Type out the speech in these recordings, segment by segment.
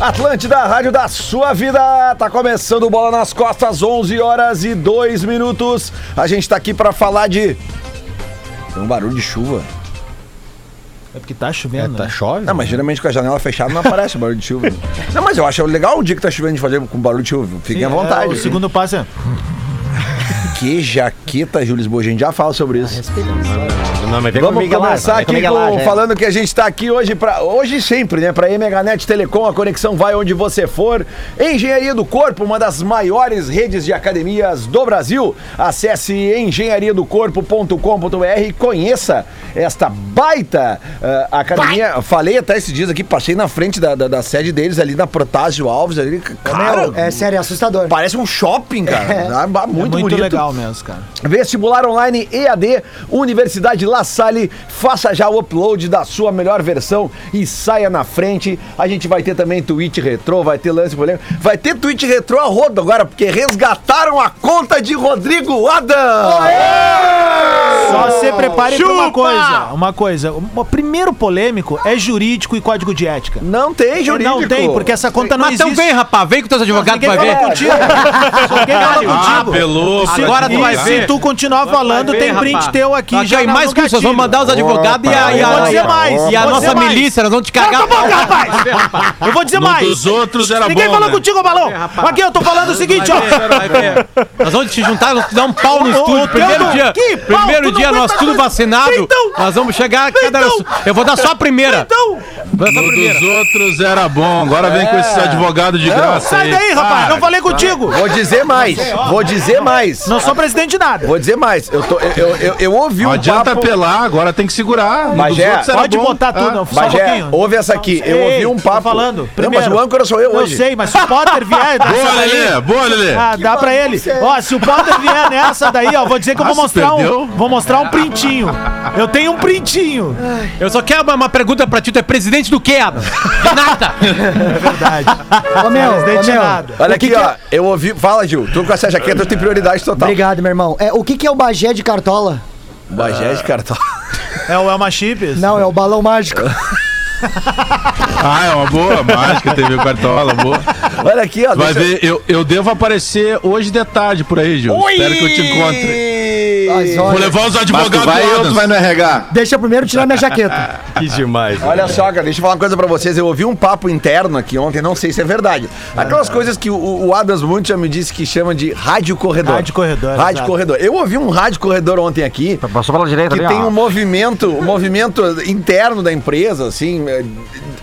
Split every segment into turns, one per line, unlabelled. Atlântida, a rádio da sua vida. Tá começando Bola nas Costas, 11 horas e 2 minutos. A gente tá aqui pra falar de... Tem um barulho de chuva.
É porque tá chovendo,
tá
né?
chove?
Não, mas geralmente com a janela fechada não aparece barulho de chuva. Não, mas eu acho legal o dia que tá chovendo de fazer com barulho de chuva. Fiquem à
É,
vontade.
o segundo passo é...
Que jaqueta, Júlio Lisboa. A gente já fala sobre isso.
Não, mas vem
Vamos
comigo lá,
começar
vem
aqui
comigo
com-
lá, já.
falando que a gente está aqui hoje para hoje e sempre, né? Para Meganet Telecom, a conexão vai onde você for. Engenharia do Corpo, uma das maiores redes de academias do Brasil. Acesse engenhariadocorpo.com.br e conheça esta baita ah, academia. Falei até esses dias aqui, passei na frente da, da- da sede deles ali na Protásio Alves ali. Cara,
Meu, é sério, é assustador.
parece um shopping, cara. Ah,
É
Muito,
muito
bonito.
legal mesmo, cara.
Vestibular online EAD, Universidade La Salle, faça já o upload da sua melhor versão e saia na frente. A gente vai ter também tweet retrô, vai ter lance polêmico, vai ter tweet retrô a rodo agora, porque resgataram a conta de Rodrigo Adam.
Só se preparem pra uma coisa. Uma coisa. O primeiro polêmico é jurídico e código de ética.
Não tem É jurídico.
Não tem, porque essa conta não
Mas
existe.
então vem, rapaz, vem com teus advogados, tu
Ninguém
vai ver.
fala contigo. Ninguém fala
Ah,
contigo.
pelo.
Se-
Agora tu vai
e
ver.
Se tu continuar falando,
Vem,
tem
rapaz.
print teu aqui.
Aqui,
já
e mais
nos
que isso, nós
gatilhos.
vamos mandar os advogados e a, e
Eu
a,
vou dizer mais,
e a
vou
nossa
dizer mais.
milícia, nós vamos te
Cala
cagar.
tua boca, rapaz! Eu vou
Um
dizer
No
mais.
dos outros era
Ninguém
bom,
falou
né?
contigo, balão.
rapaz.
Aqui eu tô falando o seguinte,
Vai
ó.
ver, vai ver. Nós vamos te juntar, nós te dar um pau no
Ô, ô,
estúdio.
Teodo,
Primeiro dia,
que pau, tu
primeiro
não
dia
aguenta
nós tudo
mais.
vacinado.
Então.
nós vamos chegar a cada.
Então.
Eu vou dar só a primeira.
Então,
Vou dar só a
No
primeira.
dos outros era bom, agora vem com esses advogados de graça.
sai daí, rapaz.
Para.
Não falei contigo.
Vou dizer mais, vou dizer mais.
Não sou presidente de nada.
Vou dizer mais. Eu, tô, eu, eu, eu- eu ouvi
Não
um
adianta
papo...
apelar, agora tem que segurar. No
Mas
dos
é,
outros era
Pode
bom.
botar tudo,
Ah,
não, só um
Bagé,
pouquinho.
é, ouve essa aqui. Eu
Ei,
ouvi um
tô
papo.
falando.
Não, mas
Primeiro.
o âncora sou eu hoje.
Eu sei, mas se o Potter vier. dá
Boa,
essa daí.
Lelê, boa, Lelê.
Ah, dá pra ele. Ó, se o Potter vier nessa daí, ó, vou dizer que eu
Ah,
vou
se
mostrar um.
perdeu?
Vou mostrar um printinho. Eu tenho um printinho.
Eu só quero uma, uma pergunta pra ti. Tu é presidente do quê, Adam? De nada.
Verdade.
Ô, meu,
é Presidente
ô,
de
meu.
nada.
Olha
O que
aqui,
que
ó. Eu ouvi. Fala, Gil. Tu com essa jaqueta, tu tem prioridade total.
Obrigado, meu irmão. É, o que, que é o Bagé de Cartola?
Bagé de cartão.
É o Elma Chips?
Não, é o balão mágico.
Ah, é uma boa mágica, TV Cartola, boa.
Olha aqui, ó.
Vai
deixa-
ver, eu, eu devo aparecer hoje de tarde por aí, Gil. Espero que eu te encontre.
Mas
Vou
olha,
levar os
Mas tu
advogados
vai
do
ou tu
Adams.
vai no RH?
deixa eu primeiro tirar minha jaqueta.
Que demais.
Olha só, cara, deixa eu falar uma coisa pra vocês. Eu ouvi um papo interno aqui ontem, não sei se é verdade.
Ah.
Aquelas coisas que o, o Adams muito já me disse que chama de rádio corredor.
Rádio corredor,
Rádio
exato.
corredor. Eu ouvi um rádio corredor ontem aqui.
Passou pela direita
Que
ali,
tem
ó.
um movimento, um movimento interno da empresa, assim, é,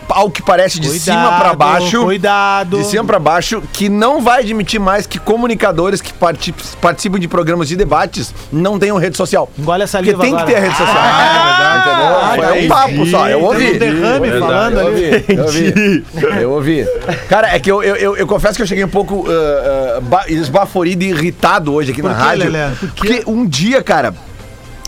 ao que parece de cima pra baixo.
Cuidado.
De cima pra baixo, que não vai admitir mais que comunicadores que parti- participam de programas de debates não tenham rede social.
Engole a
Porque
saliva
tem que
agora.
ter rede social.
é
Ah, entendeu? é um papo só, eu
Tem um
ouvi. É
derrame falando
Eu
ali.
ouvi, eu ouvi, eu ouvi. Cara, é que eu, eu, eu, eu confesso que eu cheguei um pouco ah, ah, ba- esbaforido e irritado hoje aqui na
quê,
rádio.
Lelé? Por
Porque um dia, cara,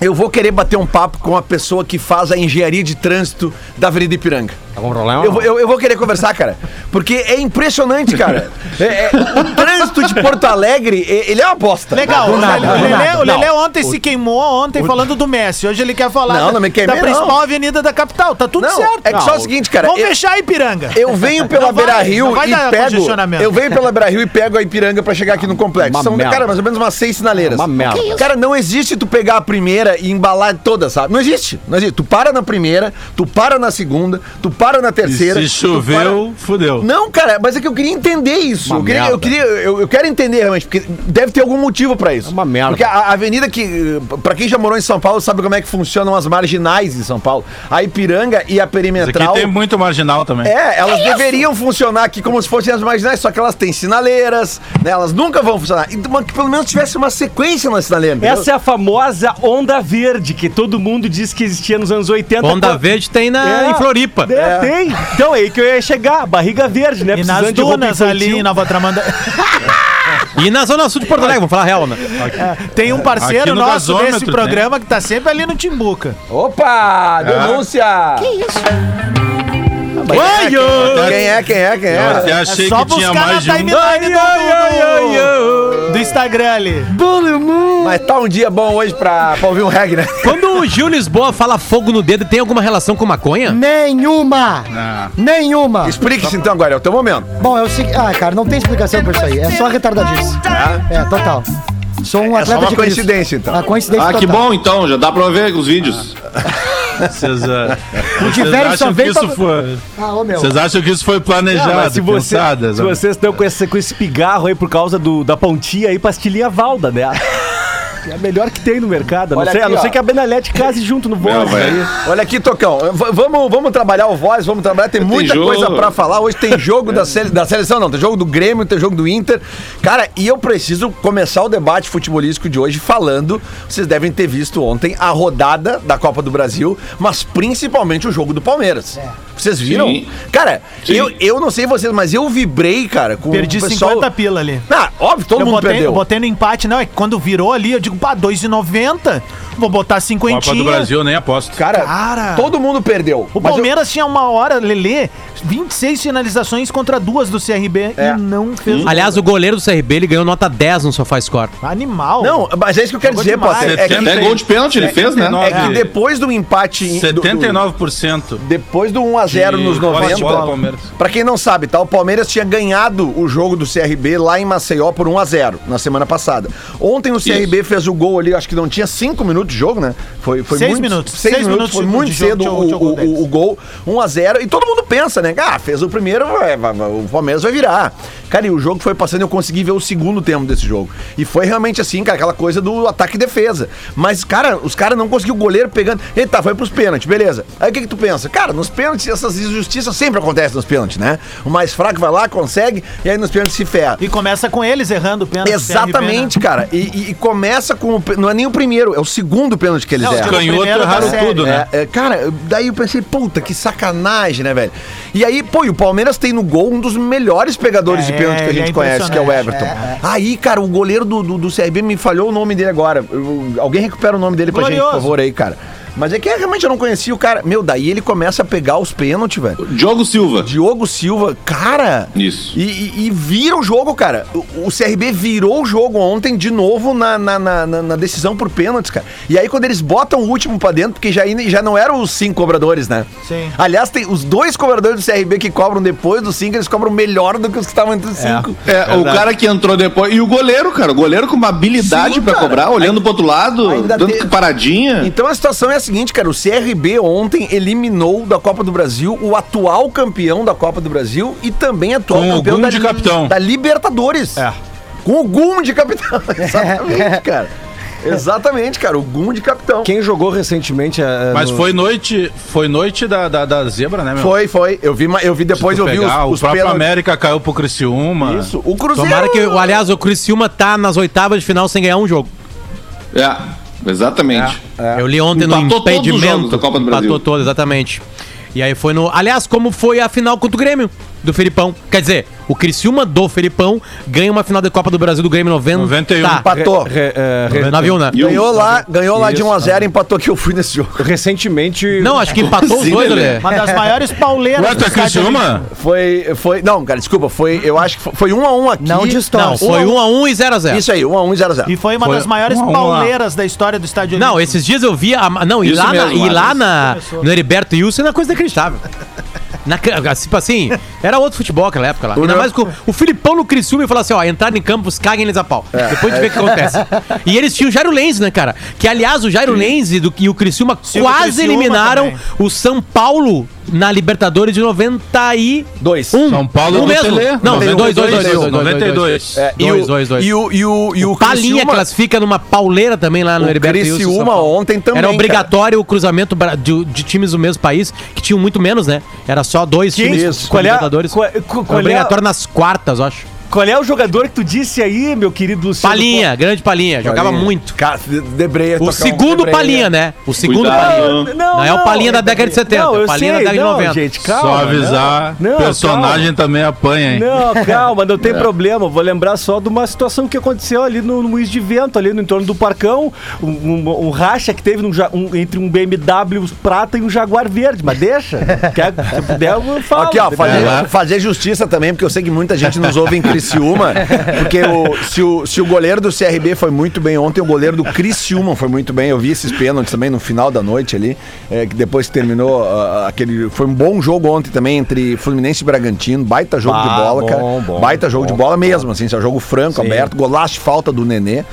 eu vou querer bater um papo com a pessoa que faz a engenharia de trânsito da Avenida Ipiranga.
Algum problema?
Eu, vou- eu, eu vou querer conversar, cara. Porque é impressionante, cara. É- é- o trânsito de Porto Alegre, e- ele é uma bosta.
Legal,
Do
o
nada, do
Lelé,
nada.
o Lelé ontem se queimou ontem falando do Messi. Hoje ele quer falar
Não,
da,
não me queimei,
da principal
não.
avenida da capital. Tá tudo
Não,
certo.
é que só é o seguinte, cara,
Vamos
eu-
fechar a Ipiranga.
Eu venho pela
Não vai,
Beira Rio
não vai
e
dar
pego.
congestionamento.
Eu venho pela Beira Rio e pego a Ipiranga pra chegar aqui no complexo.
Uma
São,
merda.
cara, mais ou menos umas seis sinaleiras.
Uma merda. Que
Cara, não existe tu pegar a primeira e embalar todas, sabe? Não existe. Não existe. Tu para na primeira, tu para na segunda, tu para na
E
terceira.
Se
tu para-
choveu, fudeu.
Não, cara, mas é que eu queria entender isso.
Uma
Eu, queria, eu,
merda.
queria- eu- eu quero entender realmente, porque deve ter algum motivo pra isso.
É uma merda.
Porque a, a avenida que. eh, Pra quem já morou em São Paulo, sabe como é que funcionam as marginais em São Paulo. A Ipiranga e a
Mas aqui
Perimetral.
tem muito marginal também.
É, elas deveriam funcionar aqui como se fossem as marginais, só que elas têm sinaleiras, né? Elas nunca vão funcionar. Então, mas que pelo menos tivesse uma sequência na sinaleira. entendeu?
Essa é a famosa onda verde que todo mundo diz que existia nos anos 80.
Onda Verde tem na,
É.
em Floripa.
É, tem. Então é aí que eu ia chegar. Barriga verde, né?
E nas
de roupa
dunas ali
infantil.
em Nova Tramanda.
E na Zona Sul de Porto Alegre, vamos falar a real, né?
Tem um
Aqui
parceiro
no
nosso
gasômetro né?
desse
tem.
programa que tá sempre ali no Timbuca.
Opa! Denúncia! Mas quem, é, quem é, quem é, quem
Eu até
é?
achei
só
que tinha
buscar
mais de
na
um.
timeline do, do- do Instagram ali.
Mas tá um dia bom hoje pra, pra ouvir um reggae, né?
Quando o Gil Lisboa fala fogo no dedo, tem alguma relação com maconha?
Nenhuma!
Ah.
Nenhuma!
Explique-se então agora, é o teu momento.
Bom, eu sei. Ah, cara, não tem explicação pra isso aí. É só retardadíssimo. É, total. Sou um
É
atleta
só uma
de
coincidência, então.
Uma coincidência
Ah, que
total.
bom então, já dá pra ver os vídeos. Vocês, ah, vocês
velho só
acham que
veio pra-
isso foi.
Ah, ô meu.
Vocês acham que isso foi planejado?
Não, Ah, mas se, você,
pensado,
se
né?
vocês estão com, essa- com esse pigarro aí por causa do, da pontinha aí, pastilha Valda, né? É a melhor que tem no mercado. a Não
Olha
sei, a
aqui,
não
ó.
ser que a Benalete case junto no
Não,
bolo.
velho.
Olha aqui, Tocão, v- vamos, vamos trabalhar o voz, vamos trabalhar, tem muita
jogo. É.
coisa pra falar. Hoje tem jogo da, sele- da seleção, não, tem jogo do Grêmio, tem jogo do Inter. Cara, e eu preciso começar o debate futebolístico de hoje falando, vocês devem ter visto ontem, a rodada da Copa do Brasil, mas principalmente o jogo do Palmeiras.
É.
Vocês viram?
Sim.
Cara,
Sim.
Eu, eu não sei vocês, mas eu vibrei, cara, com
Perdi
o pessoal...
50 pila ali.
Ah, óbvio, todo
eu
mundo
botei,
perdeu.
eu botei no empate, não. É que quando virou ali, eu digo, pá, 2,90. Vou botar
Copa do
50.
Brasil, nem aposto.
Cara,
Cara.
todo mundo perdeu.
O
Mas eu-
Palmeiras tinha uma hora, Lelê, 26 finalizações contra duas do CRB
É.
e não fez. o-
Aliás, o goleiro do CRB, ele ganhou nota 10 no SofaScore.
Animal.
Não, mas é isso que eu quero
Jogou
dizer,
demais.
Potter. É que-
Até gol de pênalti ele fez, né?
É que depois do empate. em- do- do-
79%.
depois do 1x0
De
nos
posse de
90.
bola, Palmeiras.
Pra quem não sabe, tá? O Palmeiras tinha ganhado o jogo do CRB lá em Maceió por 1x0 na semana passada. Ontem o CRB fez o gol ali, acho que não tinha 5 minutos de jogo, né? Foi, foi
Seis
muito,
minutos.
6
Seis
minutos.
minutos
Foi
de
muito
jogo,
cedo
tinha o-
o,
tinha o gol
o-
deles.
o gol. 1x0. E todo mundo pensa, né? Ah, fez o primeiro, vai- vai- vai- o Palmeiras vai virar. Cara, e o jogo foi passando e eu consegui ver o segundo tempo desse jogo. E foi realmente assim, cara, aquela coisa do ataque e defesa. Mas, cara, os caras não conseguiu o goleiro pegando. Eita, foi pros pênaltis, beleza. Aí o que que tu pensa? Cara, nos pênaltis essas injustiças sempre acontecem nos pênaltis, né? O mais fraco vai lá, consegue, e aí nos pênaltis se ferra.
E começa com eles errando o pênalti.
Exatamente, cara. E, e- e começa com. o pê- Não é nem o primeiro, é o segundo pênalti que eles
Não,
É.
erram.
o
Canhoto
primeiro da
erraram
série.
tudo, né?
É, é, cara, daí eu pensei, puta, que sacanagem, né, velho? E aí, pô, e o Palmeiras tem no gol um dos melhores pegadores
É,
de pênalti que a
ele é
gente conhece, que é o
impressionante.
Everton. Aí, cara, o goleiro do, do, do CRB me falhou o nome dele agora. Eu- alguém recupera o nome dele pra gente, por
Glorioso.
favor, aí, cara. Mas é que é, realmente eu não conhecia o cara. Meu, daí ele começa a pegar os pênaltis, velho.
Diogo Silva.
Diogo Silva, cara.
Isso.
E, e- e vira o jogo, cara. O, o CRB virou o jogo ontem de novo na, na, na- na- na decisão por pênaltis, cara. E aí, quando eles botam o último pra dentro, porque já, ainda- já não eram os cinco cobradores, né?
Sim.
Aliás, tem os dois cobradores do CRB que cobram depois dos cinco, eles cobram melhor do que os que estavam entre os cinco.
É, o cara que entrou depois. E o goleiro, cara. O goleiro com uma habilidade
Sim,
pra
cara.
cobrar, olhando pro outro lado,
Ainda
dando
teve-
paradinha.
Então a situação é a seguinte, cara. O CRB ontem eliminou da Copa do Brasil o atual campeão da Copa do Brasil e também atual
Com o
campeão
Gum
da,
de
Li-
capitão.
da Libertadores. É. Com o Gum de capitão. Exatamente, cara. Exatamente, cara. O Gum de capitão.
Quem jogou recentemente. é,
Mas
no-
foi noite, foi noite da, da, da zebra, né, meu?
Foi, foi. Eu vi, ma- eu vi depois,
Pois
eu vi os,
o
os
próprio
pênaltis.
América caiu pro Criciúma.
Isso. O Cruzeiro...
Tomara que, aliás, o Criciúma tá nas oitavas de final sem ganhar um jogo.
É, exatamente.
Eu li ontem no
Empatou todos os jogos
impedimento.
da Copa do Brasil.
Empatou todo, exatamente. E aí foi no. Aliás, como foi a final contra o Grêmio do Felipão? Quer dizer, o Criciúma do Felipão ganha uma final da Copa do Brasil do Grêmio 90.
91.
Empatou.
re- é, re-
91, né?
E o-
Ganhou lá, ganhou lá de
Isso.
1x0 e empatou que eu fui nesse jogo.
recentemente.
Não, acho que empatou os
Sim,
dois, né?
Lelê.
Lelê.
Uma das maiores pauleiras
Ué, tu é
estádio
Criciúma?
Foi, foi... Não, cara, desculpa. Foi, eu acho que foi- foi 1x1 aqui.
Não distorce.
Não, foi 1x1
um
e 0x0.
Isso aí, 1x1 e 0x0.
E foi uma das maiores
Vamos lá.
pauleiras da história do estádio
Não,
Olímpico.
esses dias eu vi. A, não, e
Isso
lá, na,
mesmo,
e lá
Adams.
na, no Heriberto Wilson era coisa inacreditável. Na, ca- tipo assim, era outro futebol naquela época lá. Ainda mais com o Filipão no Criciúma e falar assim: ó, entrar em campos, caguem eles a pau. Depois a gente vê o que acontece. E eles tinham o Jairo Lenz, né, cara? Que aliás, o Jairo Lenz e, do, e o Criciúma
Sim, o
quase
Criciúma
eliminaram
também.
o São Paulo na Libertadores de 92.
São Paulo é
um
do
mesmo.
Tele.
Não, 2, 2, 2, 2,
92.
É, e o- E o, e o, e o
Palinha
Criciúma-
classifica numa pauleira também lá no
O
Heriberto Wilson,
Criciúma
São Paulo.
ontem também,
Era obrigatório o cruzamento bra- de, de times do mesmo país, que tinham muito menos, né? Era só dois times
Qual é, a-
Libertadores.
qual, qual,
Era
qual é a-
obrigatório nas quartas, eu acho.
Qual é o jogador que tu disse aí, meu querido Luciano?
Palinha, grande palinha, jogava muito.
Cara, de- debreia.
um
O segundo palinha, né? O segundo palinha.
Não, não,
Não é o Palinha da
é
década de 70,
Não, eu
Palinha da
sei,
década de
não,
90.
Gente,
Só
calma. né?
avisar,
não,
personagem também apanha, hein?
Não, calma, não tem
É.
problema. Vou lembrar só de uma situação que aconteceu ali no, no Moinhos de Vento, ali no entorno do Parcão. Um, um- um racha que teve num ja- um- entre um BMW prata e um Jaguar verde. Mas deixa. Quer, se puder, eu falo.
Aqui, ó,
entendeu?
fazer, fazer justiça também, porque eu sei que muita gente nos ouve em Criciúma, porque o- se, o, se o goleiro do CRB foi muito bem ontem, o goleiro do Criciúma foi muito bem, eu vi esses pênaltis também no final da noite ali, é, que depois que terminou ah, aquele, foi um bom jogo ontem também entre Fluminense e Bragantino, baita jogo de bola, cara, baita jogo de bola mesmo, assim, é jogo franco, aberto, golaço de falta do Nenê,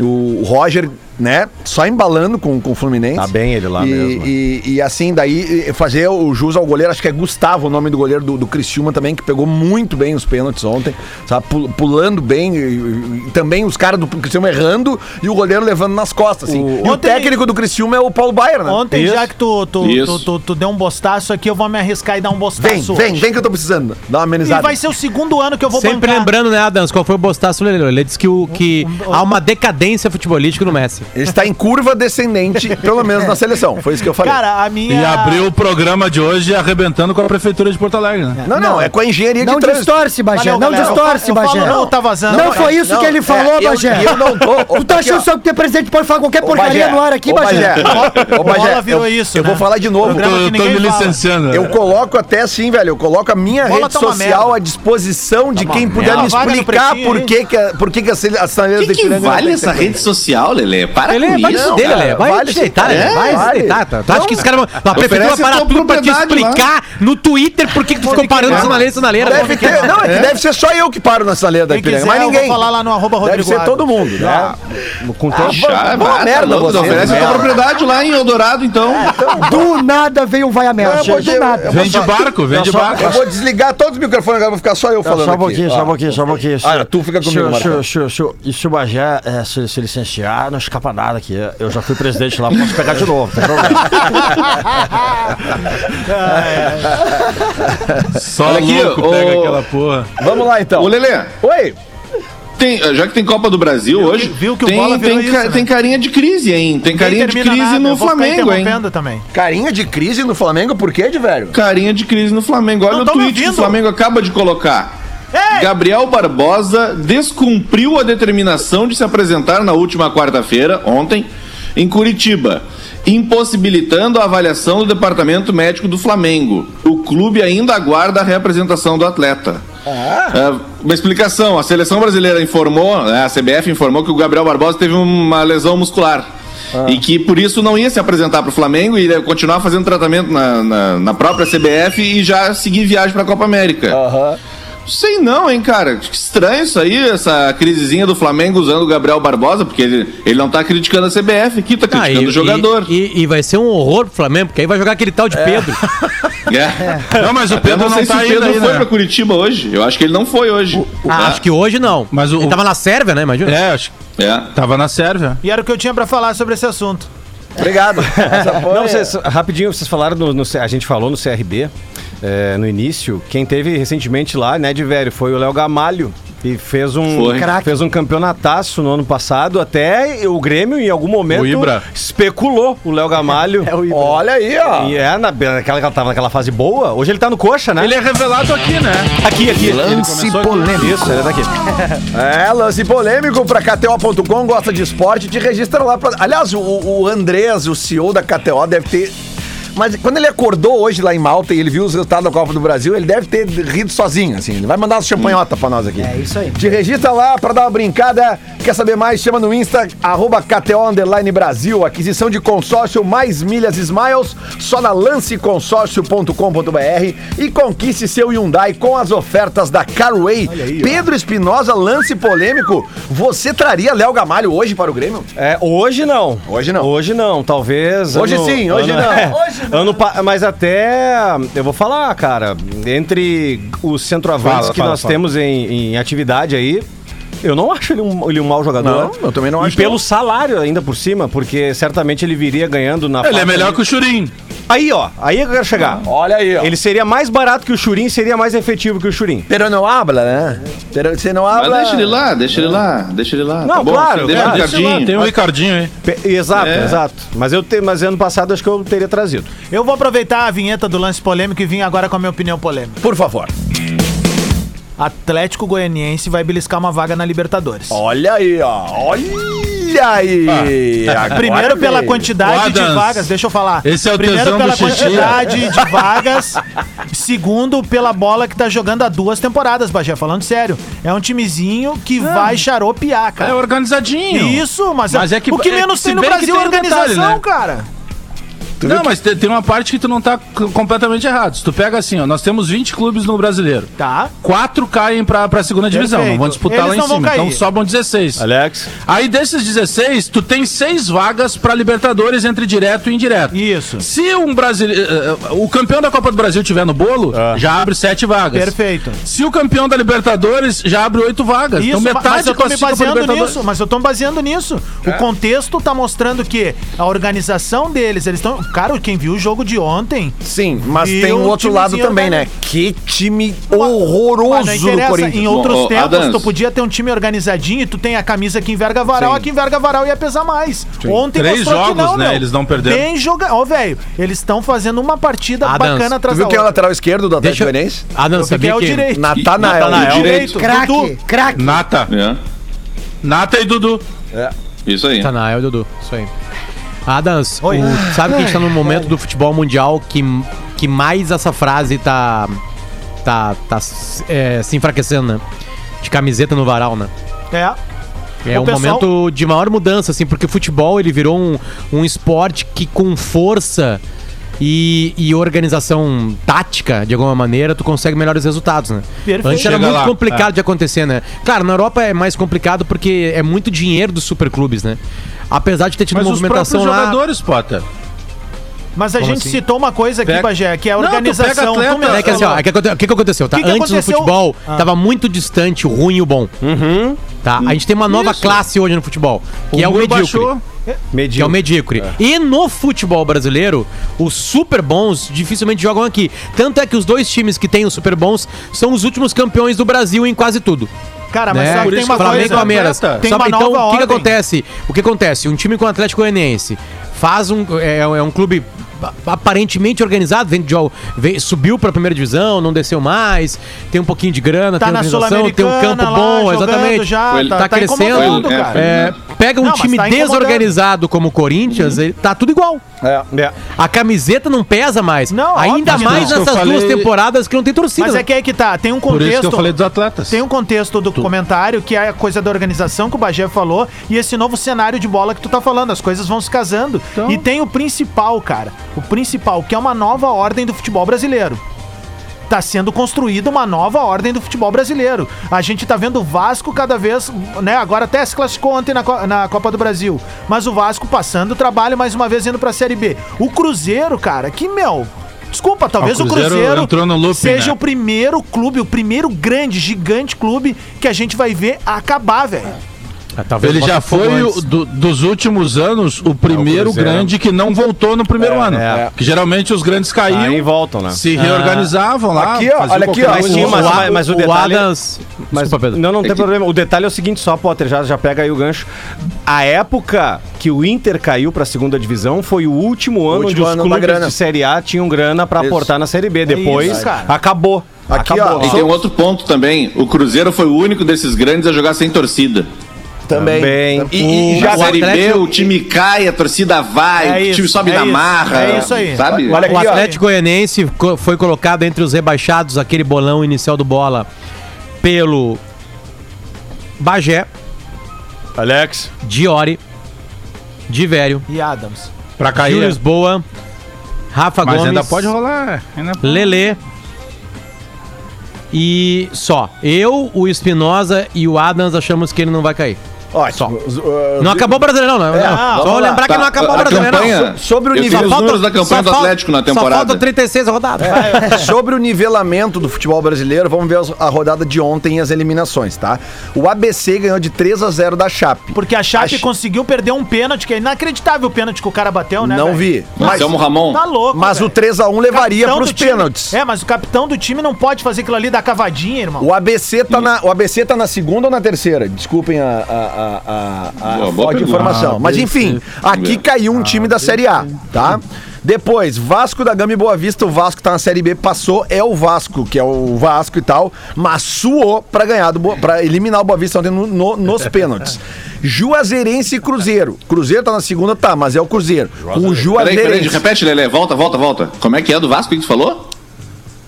o Roger, né, só embalando com, com o Fluminense.
Tá bem ele lá
E-
mesmo.
e, e assim, daí, e fazer o jus ao goleiro, acho que é Gustavo o nome do goleiro do, do Criciúma também, que pegou muito bem os pênaltis ontem, sabe? Pu- Pulando bem, e, e- e também os caras do Criciúma errando e o goleiro levando nas costas, assim. e o
ontem-
técnico do Criciúma é o Paulo Baier, né?
Ontem, já que tu, tu,
Isso.
tu, tu- tu deu um bostaço aqui, eu vou me arriscar e dar um
Vem,
bostaço.
vem,
hoje.
vem que eu tô precisando. Dá uma
E
amenizada.
vai ser o segundo ano que eu vou
Sempre
bancar.
lembrando, né, Adams, qual foi o bostaço do Leleu? Ele disse que, o, que há uma decadência futebolística no Messi.
Ele está em curva descendente, pelo menos na seleção. Foi isso que eu falei.
Cara, a minha...
E abriu o programa de hoje arrebentando com a prefeitura de Porto Alegre, né?
não, não, é com a engenharia
Não
de trânsito.
distorce, Bagé.
Valeu,
Não
galera.
distorce,
Eu falo- eu
Bagé.
falo, não, tá vazando.
Não
Não,
foi isso
não,
que ele
é,
falou,
eu-
Bagé.
eu não tô-
Tu tá achando só que tu é presidente pode falar qualquer
Ô,
porcaria
Bagé,
no ar aqui,
ô,
Bagé?
Ô, Bagé,
Bola virou
eu,
isso,
eu
né?
vou falar de novo.
Programa
Tô,
que
eu tô
ninguém
me
fala.
licenciando. né?
Eu coloco até assim, velho. Eu coloco a minha
Bola
rede
tá uma
social
merda. Tá
à disposição de quem puder
merda.
me
Vaga no
explicar
pretinho,
por
hein?
que, que, a- por que, que as sale- as saletas
Que
de
é
que
Ipiranga não
vale
tem
essa
também.
rede social, Lelê? Para
Ele
com
vai
isso,
se deitar,
É cara.
Lelê. Vai
vale
se deitar,
se-
Lelê.
é,
Vai
vale.
se deitar. tá? Tu acha que os caras vão. A prefeitura vai
oferece
parar
tua
tudo pra te
propriedade lá.
explicar no Twitter por que, que tu ficou parando sinaleira e sinaleira.
Deve
Porque-
ter, não, é que deve ser só eu que paro na saleta da
Quem
Ipiranga,
quiser,
mas
eu
ninguém.
vou falar lá no arroba
Deve
Rodrigo
ser
Adams.
todo mundo, né?
Ah, chá,
Boa
tá
merda,
louco,
você,
Oferece a tua
merda.
propriedade lá em Eldorado, então.
É,
Do nada veio um vai a merda.
Eu vou
Do
dizer-
Tá
nada.
eu-
Vende barco, vende barco.
Eu vou desligar todos os microfones agora, vou ficar só eu
Tá,
falando
Só um pouquinho,
aqui.
só
Ó.
um pouquinho, só um pouquinho.
Ah, tu fica comigo,
se,
Marcão.
se, se, se, E se o Bagé eh, se, se licenciar, não escapa nada aqui. Eu já fui presidente lá, posso pegar de novo. tá problema.
Só
Olha aqui,
louco pega
ô-
aquela porra.
Vamos lá então.
Ô, Lelê,
Oi,
tem- eh, já que tem Copa do Brasil hoje,
viu que o Bola
tem,
virou
tem,
isso,
ca-
né?
tem carinha de crise, hein? Tem carinha de
termina
crise
nada, eu
no
vou ficar
Flamengo, hein?
interrompendo também.
carinha de crise no Flamengo, por quê, de velho?
Carinha de crise no Flamengo. Olha
Não
o
tão me
tweet que o
ouvindo?
Flamengo acaba de colocar.
Ei!
Gabriel Barbosa descumpriu a determinação de se apresentar na última quarta-feira, ontem, em Curitiba, impossibilitando a avaliação do Departamento Médico do Flamengo. O clube ainda aguarda a reapresentação do atleta.
Ah.
É, uma explicação: a seleção brasileira informou, né, a CBF informou que o Gabriel Barbosa teve uma lesão muscular. E que por isso não ia se apresentar para o Flamengo e ia continuar fazendo tratamento na, na- na própria CBF e já seguir viagem para a Copa América. Sei não, hein, cara. Que estranho isso aí, essa crisezinha do Flamengo usando o Gabriel Barbosa, porque ele, ele não tá criticando a CBF aqui, tá
Ah,
criticando o jogador.
E, e vai ser um horror pro Flamengo, porque aí vai jogar aquele tal de Pedro.
É.
Não, mas o
Eu
Pedro
não sei
não tá
se o Pedro
indo aí,
foi
né?
pra Curitiba hoje. Eu acho que ele não foi hoje.
Ah,
É.
acho que hoje não.
Mas o-
Ele tava na Sérvia, né? Imagina.
É, acho que
É.
tava na Sérvia.
E era o que eu tinha pra falar sobre esse assunto.
Obrigado. Essa foi- Não,
Não, vocês-
Rapidinho, vocês falaram no, no C- a gente falou no CRB eh, no início. Quem teve recentemente lá, né, de velho, foi o Léo Gamalho e fez um
Foi.
Craque. fez um campeonataço no ano passado. Até o Grêmio em algum momento
O Ibra.
especulou o Léo Gamalho. é o
Olha aí, ó.
E é na, naquela que tava naquela fase boa. Hoje ele tá no coxa, né?
Ele é revelado aqui, né?
aqui, aqui.
Lance
polêmico. Isso, ele é daqui.
É, lance polêmico pra KTO.com, gosta de esporte, te registra lá. Pra... Aliás, o, o Andrés, o CEO da KTO, deve ter. Mas quando ele acordou hoje lá em Malta e ele viu os resultados da Copa do Brasil, ele deve ter rido sozinho, assim. Ele vai mandar umas champanhotas pra nós aqui. É
isso aí.
Te registra lá pra dar uma brincada. Quer saber mais? Chama no Insta, arroba KTO Underline Brasil. Aquisição de consórcio mais milhas Smiles, só na lanceconsórcio.com.br e conquiste seu Hyundai com as ofertas da Carway. Pedro Espinosa, lance polêmico. Você traria Léo Gamalho hoje para o Grêmio?
É, hoje não.
Hoje não.
Hoje não, talvez.
Hoje sim, hoje não.
Hoje não. Ano pa- mas até, eu vou falar, cara, entre os centroavantes
Fala,
que
fala,
nós
fala.
temos em, em atividade aí, eu não acho ele um, ele um mau jogador.
Não, eu também não
e
acho,
E pelo
não.
salário ainda por cima, porque certamente ele viria ganhando na
Ele
faixa
é melhor
ali-
que o Churim.
Aí, ó, aí é que eu quero chegar.
Olha aí, ó.
Ele seria mais barato que o Churin, seria mais efetivo que o Churin.
Pero não habla, né? Pero você não
Mas
habla.
deixa ele lá, deixa ele lá, deixa ele lá. Tá
Não, claro,
deixa
claro,
o
Sei lá,
Ricardinho.
Tem um o Ricardinho aí.
Pe- Exato,
É.
exato. Mas eu te, mas ano passado acho que eu teria trazido.
Eu vou aproveitar a vinheta do lance polêmico e vim agora com a minha opinião polêmica.
Por favor.
Atlético Goianiense vai beliscar uma vaga na Libertadores.
Olha aí, ó. Olha aí.
Ah.
é,
Agora
Primeiro pela
veio.
quantidade
Ô,
de
Adams,
vagas, deixa eu falar.
esse é o
Primeiro
tesão
pela
do Xixi.
quantidade de vagas. Segundo, pela bola que tá jogando há duas temporadas, Bagé. Falando sério. É um timezinho que vai xaropear,
É
cara.
organizadinho.
Isso, mas,
Mas é que-
o que
é que
menos
se
tem no
bem que
Brasil é
tem um
organização,
detalhe, né?
cara.
Não, mas te- tem uma parte que tu não tá c- completamente errado. Se tu pega assim, ó, nós temos 20 clubes no brasileiro.
Tá.
Quatro caem pra, pra segunda divisão,
Perfeito.
não vão disputar
Eles
lá em
não vão
cima.
cair.
Então sobram 16.
Alex.
Aí desses 16, tu tem seis vagas pra Libertadores entre direto e indireto.
Isso.
Se um brasileiro. O campeão da Copa do Brasil tiver no bolo,
Ah.
já abre sete vagas.
Perfeito.
Se o campeão da Libertadores já abre oito vagas.
Isso,
então metade
mas eu tô me
classifica pra
baseando
Libertadores.
nisso, mas eu tô me baseando nisso. O contexto tá mostrando que a organização deles, eles estão. Cara, quem viu o jogo de ontem.
Sim, mas
E
tem o
um
outro lado
timezinho
também, né?
organizado.
Que time
Mas
horroroso
não
do
interessa, em
Corinthians.
outros
Ô, ô,
tempos
Adams.
tu podia ter um time organizadinho e tu tem a camisa que enverga varal, a que enverga varal ia pesar mais. Ontem
Três
mostrou que
jogos, né? Eles não perderam.
Tem joga... Ó, velho, eles estão fazendo uma partida
Adams,
bacana
Tu
atrás
viu
da
quem é o
outra.
lateral esquerdo do Atlético
Deixa eu-
Goianiense?
Ah, não,
Porque
sabia
é o
que...
direito. Tá
Natanael.
Natanael.
Direito.
Craque,
Dudu.
craque.
Nata.
É,
Nata e Dudu.
isso aí.
Natanael e é Dudu, isso aí. Adams,
Oi.
o- sabe que a gente tá num momento do futebol mundial que, que mais essa frase tá, tá, tá é, se enfraquecendo, né? De camiseta no varal, né?
É.
É
O
um
pessoal-
momento de maior mudança, assim, porque o futebol ele virou um, um esporte que com força e, e organização tática, de alguma maneira, tu consegue melhores resultados, né?
Perfeito.
Antes era
Chega
muito
lá,
complicado de acontecer, né? Claro, na Europa é mais complicado porque é muito dinheiro dos superclubes, né? Apesar de ter tido
Mas os próprios
movimentação lá...
jogadores, Potter.
Mas a
Como
gente
assim?
citou uma coisa aqui,
Pega-
Bagé, que é a
Não, tu pega
organização.
atleta,
tu mesmo
É que assim, ó, é que aconte- o que, que aconteceu? Tá?
Que que
Antes
aconteceu?
no futebol
Ah.
tava muito distante o ruim e o bom. Tá? A gente tem uma nova classe hoje no futebol, que é o
muro
medíocre.
baixou.
Que é o medíocre. E no futebol brasileiro, os super bons dificilmente jogam aqui. Tanto é que os dois times que têm os super bons são os últimos campeões do Brasil em quase tudo.
Cara, Tá, mas
né?
só que
Por
tem
isso
uma
Flamengo e
coisa.
Palmeiras.
Tem
Sabe,
uma
então,
nova
o que, que
ordem.
acontece? O que acontece? Um time com o Atlético Goianiense faz um é, é um clube aparentemente organizado, vem de jo- vem- subiu para primeira divisão, não desceu mais, tem um pouquinho de grana,
Tá
tem
na
organização,
Sul-Americana,
tem um campo
lá,
bom,
jogando
exatamente.
Já,
Foi-
tá crescendo.
incomodando,
Foi- é,
cara.
É, pega um
Não, mas
time
tá incomodando. Uhum.
desorganizado como o Corinthians, ele- tá tudo igual.
É.
A camiseta não pesa mais.
Não,
Ainda
óbvio que
mais
não.
nessas
Eu falei-
duas temporadas que não tem torcida.
Mas é que aí que tá, tem um
Por isso que eu
contexto.
falei dos atletas.
Tem um contexto do comentário que é a coisa da organização que o Bagé falou e esse novo cenário de bola que tu tá falando, as coisas vão se casando.
Então.
E tem o principal, cara. O principal, que é uma nova ordem do futebol brasileiro. Tá sendo construída uma nova ordem do futebol brasileiro. A gente tá vendo o Vasco cada vez, né? Agora até se classificou ontem na, Co- na Copa do Brasil. Mas o Vasco passando o trabalho mais uma vez indo pra Série B. O Cruzeiro, cara, que meu. Desculpa, talvez
Ah,
o
o
Cruzeiro,
Cruzeiro entrou no looping,
seja
né?
o primeiro clube, o primeiro grande, gigante clube que a gente vai ver acabar, velho.
Ah, talvez
Ele
o
já
Botafogo
foi
antes.
o- do- dos últimos anos o primeiro
Cruzeiro.
grande que não voltou no primeiro ano.
é.
Que geralmente os grandes caíam,
Aí voltam, né?
se reorganizavam lá.
Aqui, ó,
faziam
olha aqui,
qualquer
ó,
coisa.
mas tinha uma-
O,
mas- mas o detalhe-
Adams...
Mas,
Desculpa, Pedro.
Não, não tem
É que-
problema. O detalhe é o seguinte só, Potter, já, já pega aí o gancho. A época que o Inter caiu para a segunda divisão foi o último ano
último
onde os
ano da
clubes
grana.
de Série A tinham grana para
Isso.
aportar na Série B. Depois,
isso, cara.
acabou.
Aqui,
acabou.
ó,
E tem um outro ponto também. O Cruzeiro foi o único desses grandes a jogar sem torcida.
Também.
Também.
E, e
Na
já
Série B,
Atlético-
o time cai, a torcida vai,
É
o time
isso,
sobe
é
na
isso,
marra.
é isso aí.
Sabe?
Olha
O
aqui, ó.
Atlético Goianiense co- foi colocado entre os rebaixados, aquele bolão inicial do bola, pelo Bagé,
Alex.
Diori, Divério,
E Adams.
Pra cair.
Július Boa, Rafa
Mas
Gomes,
ainda pode rolar. Ainda...
Lelê e só. Eu, o Espinosa e o Adams achamos que ele não vai cair.
Ótimo. Os- uh,
Não acabou o Brasileirão, não. não. Só
vamos lá.
lembrar que
Tá,
não acabou o
a
Brasileirão.
campanha-
Só-
Sobre o
Eu
nível.
vi os
falta-
números da campanha
só
do
falta-
Atlético na
Só faltam
temporada.
36 rodadas.
Sobre o nivelamento do futebol brasileiro, vamos ver as- a rodada de ontem e as eliminações, tá? O ABC ganhou de 3 a 0 da Chape.
Porque a Chape
Ach-
conseguiu perder um pênalti, que é inacreditável o pênalti que o cara bateu, né?
Não
velho?
vi. Mas,
Anselmo Ramon.
Tá louco.
mas o
velho.
3 a 1 levaria
Capitão
pros
do time-
pênaltis.
É, mas o capitão do time não pode fazer aquilo ali da cavadinha, irmão.
O ABC, tá na, o ABC tá na segunda ou na terceira? Desculpem a, a, a, a, a
Boa, boa
falta de
pergunta.
informação. Mas enfim, aqui caiu um time da Série A, tá? Depois, Vasco da Gama e Boa Vista, o Vasco tá na Série B, passou, é o Vasco, que é o Vasco e tal, mas suou pra ganhar, do Boa- pra eliminar o Boa Vista ontem no- no- nos pênaltis. Juazeirense e Cruzeiro. Cruzeiro tá na segunda, tá, mas é o Cruzeiro. O
Peraí, peraí,
Juazeirense,
repete, Lele. Volta, volta, volta. Como é que é do Vasco? O que tu falou?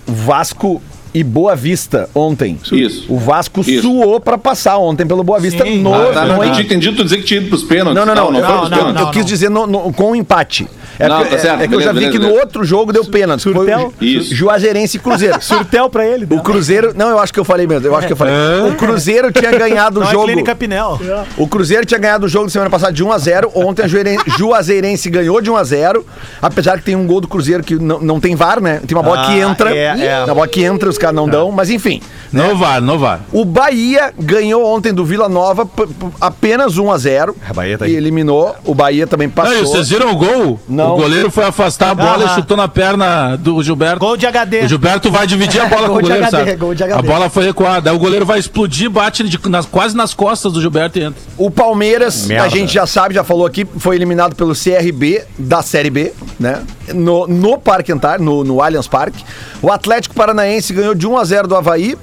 Vasco e Boa Vista ontem.
Isso.
O Vasco
Isso.
suou pra passar ontem pelo Boa Vista
Sim.
no
Ah, tá, não,
no
eu tinha entendido tu dizer que tinha ido pros pênaltis.
Não, não, não.
Não,
eu-
foi
não,
pros
não,
pênaltis.
eu quis dizer no- no- com o empate. É,
Não,
que,
tá
é-
certo,
é que eu já
beleza,
vi
beleza,
que no
beleza.
outro jogo deu pênalti. Foi
Surtel?
o Ju-
Isso.
Juazeirense e Cruzeiro.
Surtel pra ele.
O Cruzeiro, não, eu acho que eu falei mesmo. Eu acho que eu falei. O Cruzeiro tinha ganhado o
Não é
jogo.
Clínica Pinel.
O Cruzeiro tinha ganhado o jogo de semana passada de 1 a 0. Ontem a Juaire- Juazeirense ganhou de 1 a 0, apesar que tem um gol do Cruzeiro que não, não tem VAR, né? Tem uma bola que entra.
é, é.
Uma bola que entra, os caras não dão, mas enfim.
Não vá, não vá.
O Bahia ganhou ontem do Vila Nova p- p- apenas 1 a 0.
A Bahia tá
e
aí.
eliminou. O Bahia também
Não, e
passou.
vocês viram o gol?
Não.
O goleiro foi afastar a bola
Aham.
e chutou na perna do Gilberto.
Gol de HD.
O Gilberto vai dividir a bola com o
Gol de
goleiro,
HD,
sabe?
gol de HD.
A bola foi recuada. Aí o goleiro vai explodir, bate ele de- nas- quase nas costas do Gilberto e entra.
O Palmeiras,
Merda.
a gente já sabe, já falou aqui, foi eliminado pelo CRB da Série B, né? No, no Parque Antártico, no, no Allianz Parque. O Atlético Paranaense ganhou de 1 a 0 do Havaí.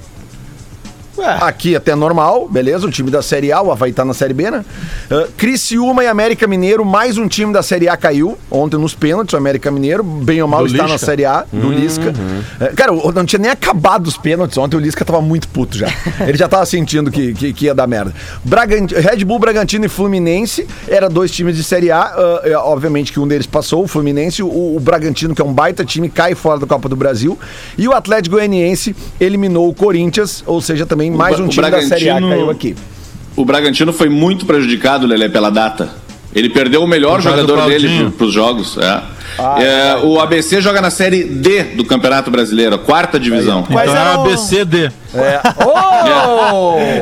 Aqui até normal, beleza? O time da Série A, o Havaí tá na Série B, né? Uh, Criciúma e América Mineiro, mais um time da Série A caiu. Ontem nos pênaltis, o América Mineiro, bem ou mal,
Do
está na
Lisca. Uhum.
Série A, do Lisca. Uh, cara, o- não tinha nem acabado os pênaltis ontem, o Lisca tava muito puto já. Ele já tava sentindo que, que, que ia dar merda. Bragant- Red Bull, Bragantino e Fluminense, era dois times de Série A, uh, é, obviamente que um deles passou, o Fluminense, o, o Bragantino, que é um baita time, cai fora da Copa do Brasil. E o Atlético Goianiense eliminou o Corinthians, ou seja, também mais
Bra-
um
o
time da Série A
Bragantino-
caiu aqui.
O Bragantino foi muito prejudicado, Lele, pela data. Ele perdeu o melhor
Por causa do
jogador dele
Claudinho.
pro- pros jogos. é. É, o ABC joga na série D do Campeonato Brasileiro, a quarta divisão.
Quais
então é
eram-
ABCD.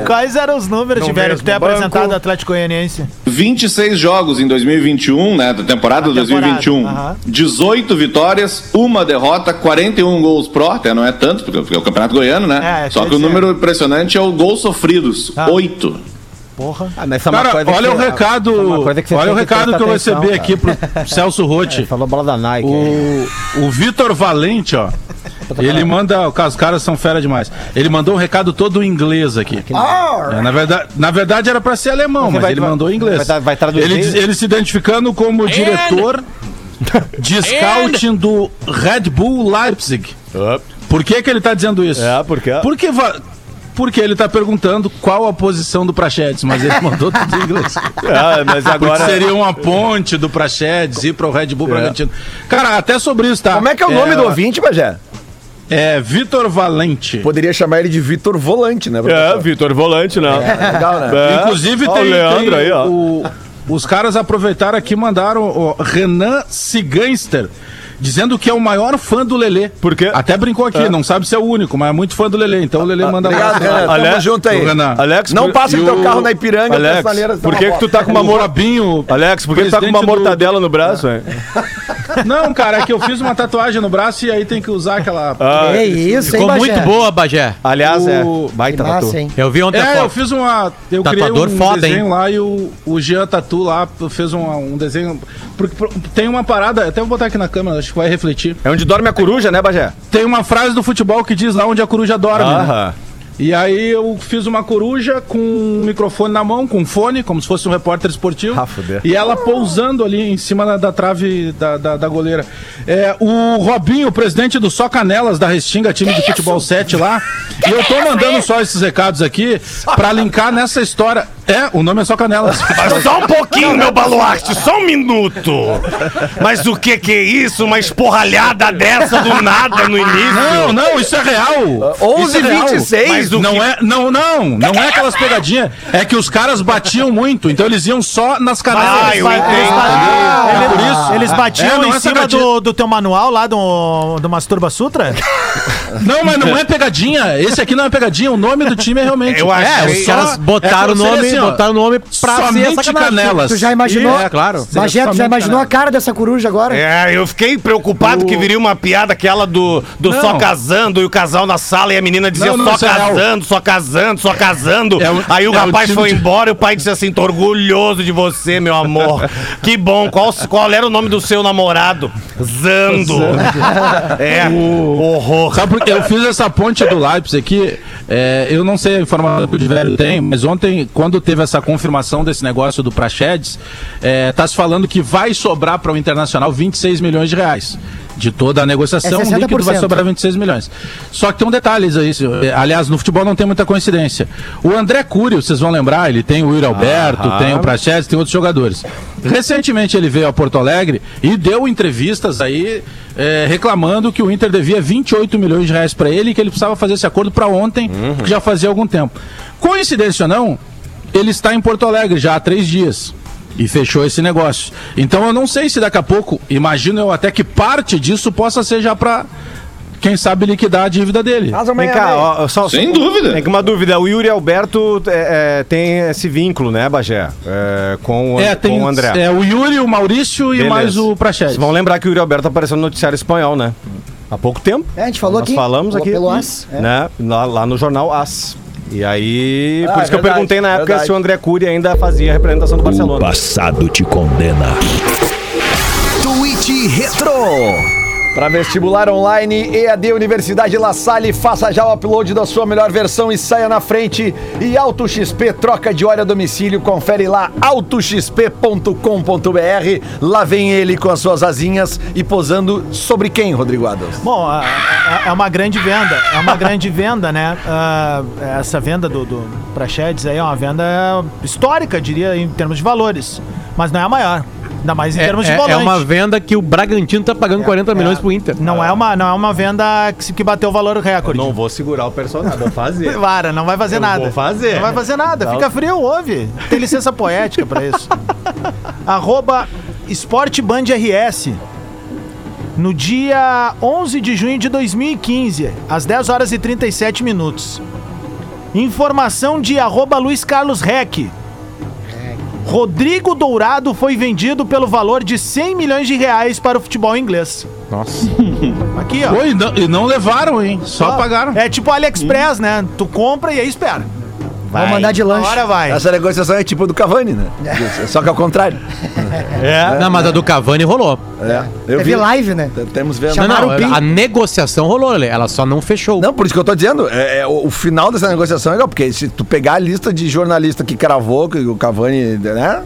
Quais eram os números,
Não
Tibério,
vejo
que tu é
banco.
apresentado do Atlético Goianiense?
26 jogos em 2021, né? Da temporada de
Da temporada,
2021.
aham.
18 vitórias, uma derrota, 41 gols pró, até não é tanto, porque- porque é o Campeonato Goiano, né?
É,
Só
quer
que o
dizer-
número impressionante é o gols sofridos,
Ah.
8.
Porra.
Ah, mas essa é uma
Cara,
coisa que
olha o
você-
recado.
essa é uma coisa que você
Olha o
tem que
recado que eu
prestar
recebi aqui
atenção,
pro Celso Rotti.
Falou bola da Nike.
é. O, o Vitor Valente, ó. Ele manda. Os caras são fera demais. Ele mandou um recado todo em inglês
Ah,
aqui. É, na, verdade, na verdade era pra ser alemão, mas
vai-
ele
vai-
mandou em inglês.
vai tra- vai traduzir?
ele, diz- ele se identificando como diretor de scouting do Red Bull Leipzig. Por que, que ele tá dizendo isso?
É, porque.
Porque, va- porque ele tá perguntando qual a posição do Prachedes, mas ele mandou tudo em inglês.
É,
Ah,
mas
Porque
agora.
seria uma ponte do Prachedes ir pro Red
É.
Bull Bragantino. Cara, até sobre isso, tá?
Como é que é o nome do ouvinte, Bagé?
É Vitor Valente.
Poderia chamar ele de Vitor Volante, né?
É,
professor?
Vitor Volante, né?
Legal, né?
É.
Inclusive
Ó,
tem,
o Leandro
tem
aí, ó.
o- os caras aproveitaram aqui e mandaram o Renan Ciganster. Dizendo que é o maior fã do Lelê.
Por quê? Ah,
Até brincou aqui, não sabe se é o único, mas é muito fã do Lelê. Então o Lelê manda
Obrigado,
abraço.
Renan. Tamo
Ale-
junto aí.
o Renan.
Alex,
Não
por-
passa
e
o teu
o-
personaleira, na Ipiranga,
Alex, por que, que tu tá com uma
O
mora...
Robinho.
Alex, por que, que tu tá com uma
presidente do- Ah.
mortadela no braço, hein?
Não, cara, é que eu fiz uma tatuagem no braço e aí tem que usar aquela.
Ah,
É isso,
Ficou
Bagé? Ah,
muito boa, Bagé.
aliás, é.
O-
Baita
Que massa,
tatu.
hein?
Eu vi ontem a
É, eu
foto.
fiz uma. Eu
Tatuador
criei um
foda,
desenho
hein?
lá e o, o Jean Tatu lá fez um, um desenho. Porque pro- tem uma parada, até vou botar aqui na câmera, acho que vai refletir.
É onde dorme a coruja, né, Bagé?
Tem uma frase do futebol que diz lá onde a coruja dorme.
Ah.
né?
Aham.
E aí eu fiz uma coruja com um microfone na mão, com um fone, como se fosse um repórter esportivo.
Ah, fuder.
e ela pousando ali em cima da, da trave da, da, da goleira. É, o Robinho, presidente do Só Canelas da Restinga, time de futebol 7 lá. e eu tô mandando só esses recados aqui pra linkar nessa história. É, o nome é só Canelas.
Só um pouquinho, meu baluarte, só um minuto. Mas o que que é isso? Uma esporralhada dessa do nada no
Não,
início?
não, isso é real.
11
Isso é real.
26,
Mas não é, não, não, não é aquelas pegadinhas. É que os caras batiam muito, então eles iam só nas canelas.
Ah, eu
Vai-
entendo.
é por
Eles,
isso.
eles batiam
É, não
em
é
cima
sacadia.
do, do teu manual lá do, do Masturba Sutra?
Não, mas não é pegadinha. Esse aqui não é pegadinha. O nome do time é realmente.
Eu achei-
É, os caras botaram o
é,
nome,
assim, ó,
botaram o nome pra ser
somente
sacanagem.
canelas.
Tu já imaginou?
É, claro.
Bagé, tu já
somente
imaginou
canela.
a cara dessa coruja agora?
É, eu fiquei preocupado que viria uma piada aquela do, do
Não.
só casando e o casal na sala e a menina dizia
Não, não,
só,
isso é real.
casando, só casando, só casando,
É o-
Aí o
é o
rapaz
time
foi
de-
embora e o pai disse assim: tô orgulhoso de você, meu amor. que bom. Qual, qual era o nome do seu namorado? Zando. é, horror.
Sabe porque eu fiz essa ponte do Leipzig aqui? é, eu não sei a informação que o de velho tem, mas ontem, quando teve essa confirmação desse negócio do Praxedes, é, tá se falando que vai sobrar para o Internacional 26 milhões de reais. De toda a negociação,
É
o
60%.
líquido vai sobrar 26 milhões. Só que tem um detalhe, isso aí, isso, é, aliás, no futebol não tem muita coincidência. O André Curio, vocês vão lembrar, ele tem o Yuri Alberto, tem o Praxedes, tem outros jogadores. Recentemente ele veio a Porto Alegre e deu entrevistas aí é, reclamando que o Inter devia 28 milhões de reais para ele e que ele precisava fazer esse acordo para ontem, que já fazia algum tempo. Coincidência ou não, ele está em Porto Alegre já há três dias. E fechou esse negócio. Então eu não sei se daqui a pouco, imagino eu até que parte disso possa ser já para, quem sabe, liquidar a dívida dele.
Vem
né?
cá, ó, ó, só,
Sem
só-
dúvida.
Tem que uma dúvida. O Yuri Alberto é, é, tem esse vínculo, né, Bagé? É, com, o-
É, tem
com o André.
É, o Yuri, o Maurício e
Beleza.
mais o Praxedes.
Vocês vão lembrar que o Yuri Alberto apareceu no noticiário espanhol, né? Há pouco tempo.
É, a gente falou
Nós
aqui.
falamos
pelo-
aqui.
Pelo AS. é.
Né? Lá, lá no jornal AS. E aí, por
Ah,
isso que eu
verdade,
perguntei na época
verdade.
se o André Cury ainda fazia a representação do Barcelona.
Passado te condena.
Twitch Retro. Para vestibular online, EAD Universidade La Salle, faça já o upload da sua melhor versão e saia na frente. E Auto XP, troca de hora a domicílio, confere lá autoxp.com.br. Lá vem ele com as suas asinhas e posando sobre quem, Rodrigo Adams?
Bom, a- a- é uma grande venda. É uma grande venda, né? Ah, essa venda do, do Praxedes aí é uma venda histórica, diria, em termos de valores. Mas não é a maior. Ainda mais em
É,
termos de
é-
volante.
é uma venda que o Bragantino tá pagando 40 milhões pro Inter.
Não é uma, não é uma venda que, se- que bateu o valor recorde.
Não vou segurar o personagem, vou fazer.
Para, não vai fazer
Eu
nada.
vou fazer.
Não vai fazer nada. Fica frio, ouve. Tem licença poética pra isso. Arroba Esporteband RS. No dia 11 de junho de 2015, às 10 horas e 37 minutos. Informação de arroba Luiz Carlos Rec. Rodrigo Dourado foi vendido pelo valor de 100 milhões de reais para o futebol inglês. Nossa. Aqui, ó.
Pô, e, não, e não levaram, hein? Só
Ah,
pagaram.
É tipo AliExpress, né? Tu compra e aí espera.
Vou mandar de lanche.
Agora vai.
Essa negociação é tipo do Cavani, né? Só que ao contrário.
é. Não, mas a do Cavani rolou.
É. Eu
Teve live, né?
Temos vendo.
Não,
Chamaram
não,
o Pim.
a negociação rolou, Lelê. Ela só não fechou.
Não, por isso que eu tô dizendo, é, é, o, o final dessa negociação é legal, porque se tu pegar a lista de jornalista que cravou, que o Cavani, né?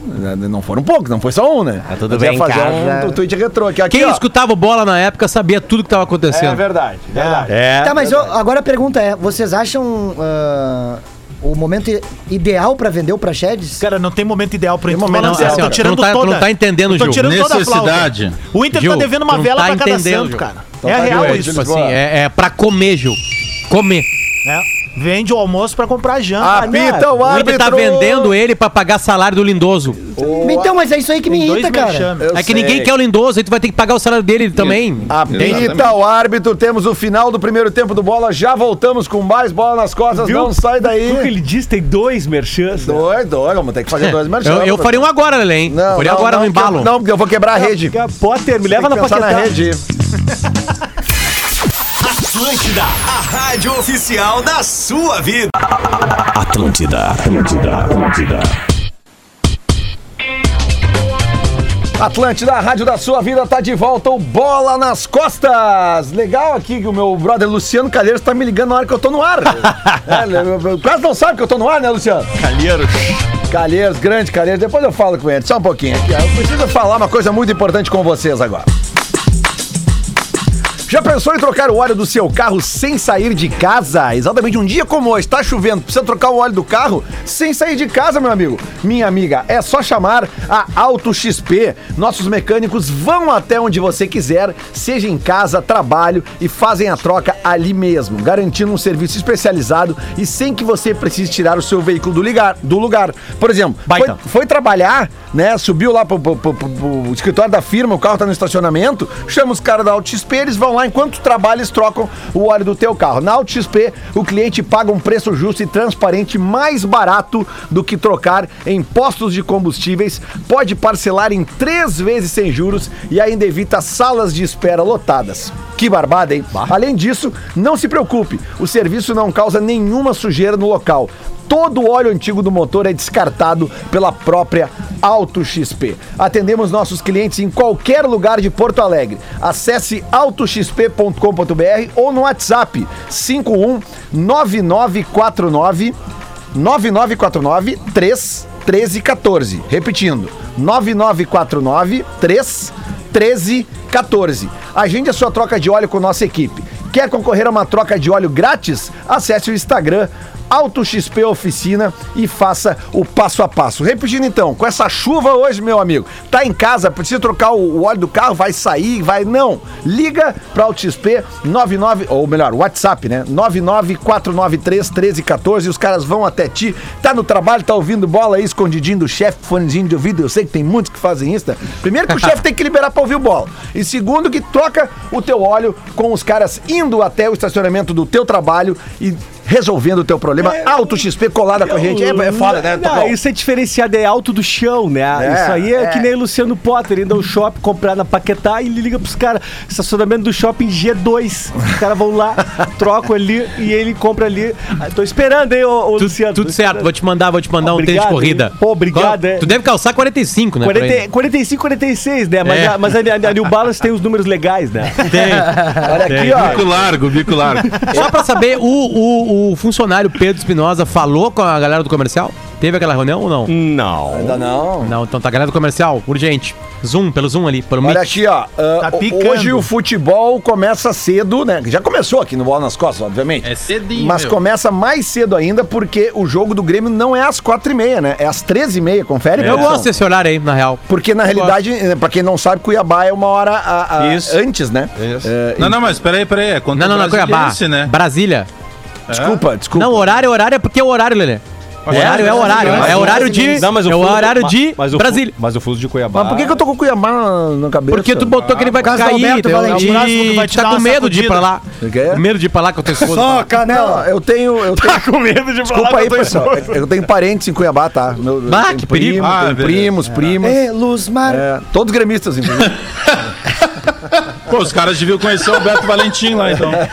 Não foram poucos, não foi só um,
Ah,
né? Tá
tudo bem em
fazer
casa.
um tweet retrô aqui. aqui
Quem
ó.
escutava bola na época sabia tudo que tava
É
acontecendo.
verdade, verdade.
É.
Tá, mas eu- agora a pergunta é: vocês acham ah, o momento i- ideal pra vender o Praxedes?
Cara, não tem momento ideal pro Inter.
momento
Não,
ideal.
eu tô
Não,
tirando
tu não tá-
toda.
tu não tá entendendo,
eu tô
Gil.
tirando
Necessidade.
Toda a flauta. o Inter
Gil,
tá devendo uma
tu não
vela
tá
pra cada
entendendo,
santo,
Gil.
cara. é real
É,
isso.
tipo assim, é, é pra comer, Gil. Comer.
né? Vende o almoço pra comprar
Ah,
Ah,
janta.
Apita o
O Inter
árbitro!
tá vendendo ele pra pagar salário do Lindoso.
Então, mas é isso aí que me irrita, cara.
vexames.
Eu
é que ninguém
sei. Ah,
quer o Lindoso, aí tu vai ter que pagar o salário dele também.
Apita o árbitro, temos o final do primeiro tempo do bola, já voltamos com mais bola nas costas,
Viu?
não sai
O que
daí.
ele diz tem dois merchans. né?
Dois, dois, vamos ter que fazer dois merchan.
Eu, eu faria um agora, Lelê, hein?
Não,
faria
não,
agora
não,
no
porque eu-
embalo.
Não, porque eu vou quebrar a rede.
Ah, Potter, me
Tem
leva na
que pensar na
paquetada.
rede.
Atlântida, a rádio oficial da sua vida. Atlântida, Atlântida, Atlântida.
Atlântida, a rádio da sua vida, tá de volta o Bola nas Costas. Legal aqui que o meu brother Luciano Calheiros tá me ligando na hora que eu tô no ar. é, eu- eu- eu- quase não sabe que eu tô no ar, né, Luciano? Calheiros. Calheiros, grande Calheiros. Depois eu falo com ele, só um pouquinho aqui. ó. Eu preciso falar uma coisa muito importante com vocês agora. Já pensou em trocar o óleo do seu carro sem sair de casa? Exatamente um dia como hoje, tá chovendo, precisa trocar o óleo do carro sem sair de casa, meu amigo. Minha amiga, é só chamar a Auto XP. Nossos mecânicos vão até onde você quiser, seja em casa, trabalho e fazem a troca ali mesmo, garantindo um serviço especializado e sem que você precise tirar o seu veículo do, ligar, do lugar. Por exemplo, foi,
Baita.
foi trabalhar, né? Subiu lá pro, pro- pro- pro- pro escritório da firma, o carro tá no estacionamento, chama os caras da Auto XP, eles vão lá, enquanto trabalham, eles trocam o óleo do teu carro. Na Auto XP, o cliente paga um preço justo e transparente mais barato do que trocar em postos de combustíveis, pode parcelar em três vezes sem juros e ainda evita salas de espera lotadas. Que barbada, hein? Além disso, não se preocupe, o serviço não causa nenhuma sujeira no local. Todo o óleo antigo do motor é descartado pela própria Auto XP. Atendemos nossos clientes em qualquer lugar de Porto Alegre. Acesse autoxp.com.br ou no WhatsApp 51 9949 9949 3 13 14. Repetindo, 9949 3 13 14. Agende a sua troca de óleo com nossa equipe. Quer concorrer a uma troca de óleo grátis? Acesse o Instagram Auto XP Oficina e faça o passo a passo. Repetindo então, com essa chuva hoje, meu amigo, tá em casa, precisa trocar o, o óleo do carro, vai sair, vai não. Liga para Auto XP 99, ou melhor, WhatsApp, né? 99493 1314 e os caras vão até ti. Tá no trabalho, tá ouvindo bola aí, escondidinho do chefe, fonezinho de ouvido. Eu sei que tem muitos que fazem isso. né? Primeiro que o chefe tem que liberar pra ouvir o bola. E segundo que troca o teu óleo com os caras indo até o estacionamento do teu trabalho e resolvendo o teu problema. Auto XP colada com a gente. É, é foda, né?
Hum, Não,
Tocão?
isso é diferenciado, é alto do chão, né?
É,
isso aí é,
é.
que nem Luciano Potter, indo ao shopping, comprar na Paquetá e ele liga pros caras. Estacionamento do shopping G2. Os caras vão lá, trocam ali e ele compra ali. Ah, Tô esperando, hein, ô, ô
Tudo,
Luciano.
tudo
tô
certo, né, vou te mandar, vou te mandar um tênis
Obrigado,
de corrida.
hein? Pô, obrigado, é.
Tu deve calçar 45, né? por aí.
40, 45, 46, né? Mas,
É.
a, mas a, a New Balance tem os números legais, né?
Olha aqui,
Bico largo, bico largo.
Só pra saber, o, o, o funcionário Pedro Espinosa falou com a galera do comercial? Teve aquela reunião ou não?
Não.
Ainda não.
Não, então tá, galera do comercial, urgente. Zoom, pelo Zoom ali, pelo
Olha
Meet.
aqui, ó. ah,
Tá
o-
picando.
hoje o futebol começa cedo, né? Já começou aqui no Bola nas Costas, obviamente.
É cedinho,
Mas
meu.
começa mais cedo ainda, porque o jogo do Grêmio não é às quatro e meia, né? É às treze e meia, confere,
É. Eu
produção?
gosto desse horário aí, na real.
Porque, na realidade, eh, pra quem não sabe, Cuiabá é uma hora a- a-
Isso.
antes, né?
É.
Eh,
Não, não, mas peraí, peraí. É contra
É Não, não,
o
não, Cuiabá.
Brasiliense, né?
Brasília.
Desculpa, desculpa.
Não, horário, horário é porque é o horário, Lelê. horário é o horário. É horário de.
Não, mas
é o
fuso-
horário
ma-
de
mas o fu-
Brasília.
Mas o fuso de Cuiabá.
Mas por que, que eu tô com Cuiabá na- na cabeça?
Porque tu botou que ele vai
causa do
cair,
Alberto
entendeu?
Valentim.
É
E
o próximo que vai te
tá
dar
com
uma
medo de ir
sacudida.
pra lá.
O quê? Ah,
Com medo de ir pra lá com o teu esposo. fala.
Não, eu tenho. Eu tenho...
com medo de
Desculpa aí, pessoal. Eu tenho parentes em Cuiabá, tá? Meu, eu
Bah,
tenho
que perigo.
primo,
Ah,
tenho
beleza.
primos, primas.
Ê, Luzmar.
É, todos gremistas, inclusive.
Pô, os caras deviam conhecer o Beto Valentim lá, então.
É.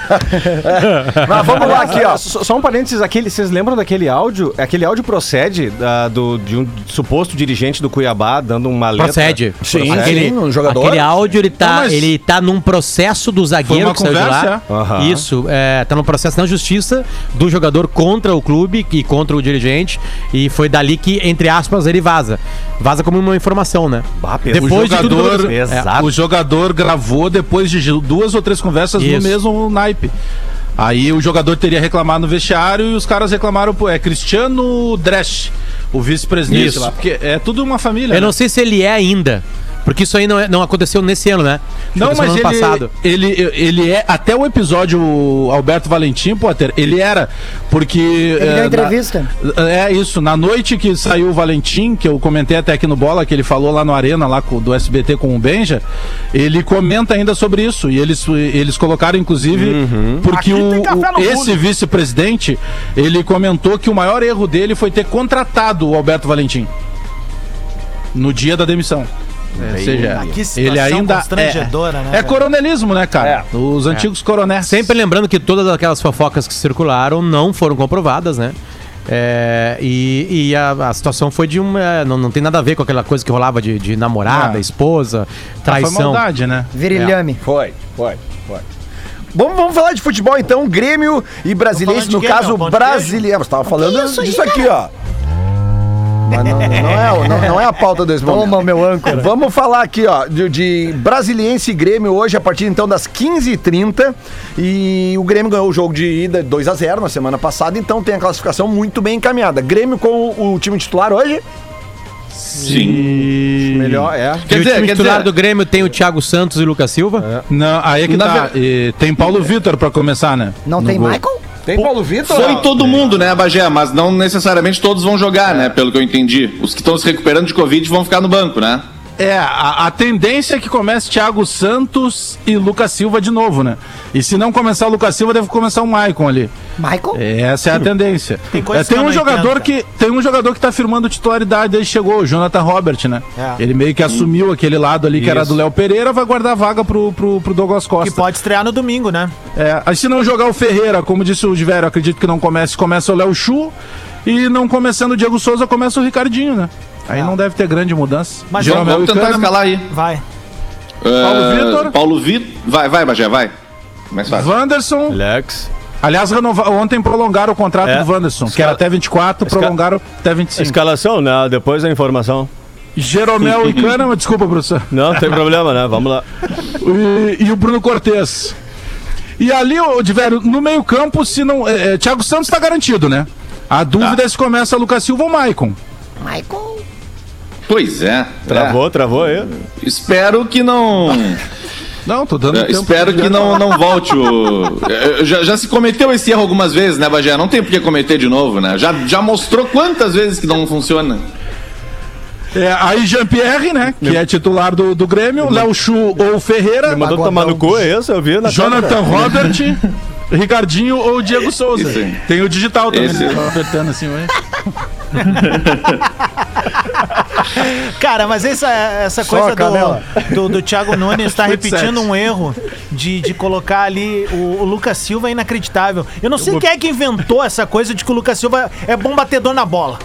Mas vamos lá aqui, ó.
Só, só um parênteses, aquele, vocês lembram daquele áudio? Aquele áudio procede da- do, de um suposto dirigente do Cuiabá dando uma letra.
Procede.
Sim,
aquele,
sim, um jogador.
Aquele áudio, ele
Não,
tá,
mas-
ele tá num processo do zagueiro
uma
que saiu de lá.
conversa,
é?
Isso, é, tá num processo na justiça do jogador contra o clube e contra o dirigente. E foi dali que, entre aspas, ele vaza. Vaza como uma informação, né?
Bah, Pedro,
Depois
o
de tudo que
jogador,
aconteceu. É.
o jogador gravou depois de duas ou três conversas no
Isso.
mesmo naipe. Aí o jogador teria reclamado no vestiário e os caras reclamaram, pô, é Cristiano Dresch, o vice-presidente
Isso.
lá. Porque é tudo uma família. né?
Eu não sei se ele é ainda. Porque isso aí não, é- não aconteceu nesse ano, né? Isso
Não,
aconteceu
mas
no
ele,
ano passado.
ele ele é até o episódio Alberto Valentim, Potter, ele era porque eh,
Ele deu
na-
entrevista.
é isso, na noite que saiu o Valentim, que eu comentei até aqui no Bola, que ele falou lá no Arena lá com- do SBT com o Benja, ele comenta ainda sobre isso e eles eles colocaram inclusive porque o, o- esse vice-presidente, ele comentou que o maior erro dele foi ter contratado o Alberto Valentim no dia da demissão. Ou seja,
Ah, que situação
ele ainda
constrangedora,
é,
né,
é
velho?
coronelismo, né, cara? Os antigos coronéis.
Sempre lembrando que todas aquelas fofocas que circularam não foram comprovadas, né? É, e e a, a situação foi de um. é, não, não tem nada a ver com aquela coisa que rolava de, de namorada,
Ah.
esposa,
Ah, Foi
traição.
maldade, né?
Virilhame.
Foi, foi, foi. Vamos, vamos falar de futebol então, Grêmio e Brasiliense,
Tô falando de
no
quem,
caso
meu? Pão de
brasileiro. Você tava falando disso aqui, ó. Mas não, não é, o- não, não é a pauta desse momento.
Toma, meu âncora.
Vamos falar aqui, ó, de, de Brasiliense e Grêmio hoje, a partir então das 15h30. E o Grêmio ganhou o jogo de ida 2x0 na semana passada, então tem a classificação muito bem encaminhada. Grêmio com o, o time titular hoje?
Sim.
Melhor, é.
Quer
e o
dizer,
time
quer
titular
dizer,
do Grêmio tem o Thiago Santos e o Lucas Silva. Ah,
Não, aí é que
Na
tá. E tem Paulo Vitor pra começar, né?
Não
No
tem
gol.
Michael?
Tem Paulo Vitor?
foi todo mundo, né, Bagé? Mas não necessariamente todos vão jogar, né? Pelo que eu entendi. Os que estão se recuperando de Covid vão ficar no banco, né?
É, a, a tendência é que comece Thiago Santos e Lucas Silva de novo, né? E se não começar o Lucas Silva, deve começar o Maicon ali.
Michael?
Essa é a tendência. É, Tem,
Tem coisa que eu
um
não
jogador
entendo,
que tem um jogador que tá firmando titularidade desde que chegou, o Jonathan Robert, né? Ele meio que assumiu aquele lado ali que era do Léo Pereira, vai guardar a vaga pro, pro, pro Douglas Costa.
Que pode estrear no domingo, né?
É, aí se não jogar o Ferreira, como disse o Diverio, acredito que não comece, começa o Léo Chu e não começando o Diego Souza, começa o Ricardinho, né? Aí não deve ter grande mudança.
Mas
Jeromel
Vamos
e
tentar
Kahneman.
escalar aí.
Vai.
Ah,
Vitor.
Paulo Vitor. Vai, vai, Bagé, vai. Mais fácil.
Wanderson.
Alex.
Aliás, renova- ontem prolongaram o contrato
É.
do Wanderson, que era até 24,
Esca-
prolongaram até 25.
Escalação, né? Depois da informação.
Jeromel e Kahneman, desculpa, professor.
Não, tem problema, né? Vamos lá.
E, e o Bruno Cortez. E ali, ô, Diverio, no meio-campo, se não. é, é, Thiago Santos tá garantido, né? A dúvida é se começa Lucas Silva ou Maicon.
Michael?
Pois é.
Travou, travou aí.
É. Espero que não.
Não, tô dando.
É,
tempo
espero
pro
que
Diverio.
não, não volte o. É, Já, já se cometeu esse erro algumas vezes, né, Bagé? Não tem por que cometer de novo, né? Já, já mostrou quantas vezes que não funciona.
É, aí Jean-Pierre, né? Que é titular do, do Grêmio, Léo Chu ou Ferreira,
Mandou tomar no cu, é isso? Eu vi na
Tá Jonathan Robert, Ricardinho ou Diego Souza.
Isso aí.
Tem o digital também,
Esse-
né? Tava apertando assim, ué.
Cara, mas essa, essa
Só
coisa
a canela.
do, do, do Thiago Nunes tá repetindo
sexy.
um erro de, de colocar ali o, o Lucas Silva é inacreditável. Eu não sei quem é que inventou essa coisa de que o Lucas Silva é bom batedor na bola.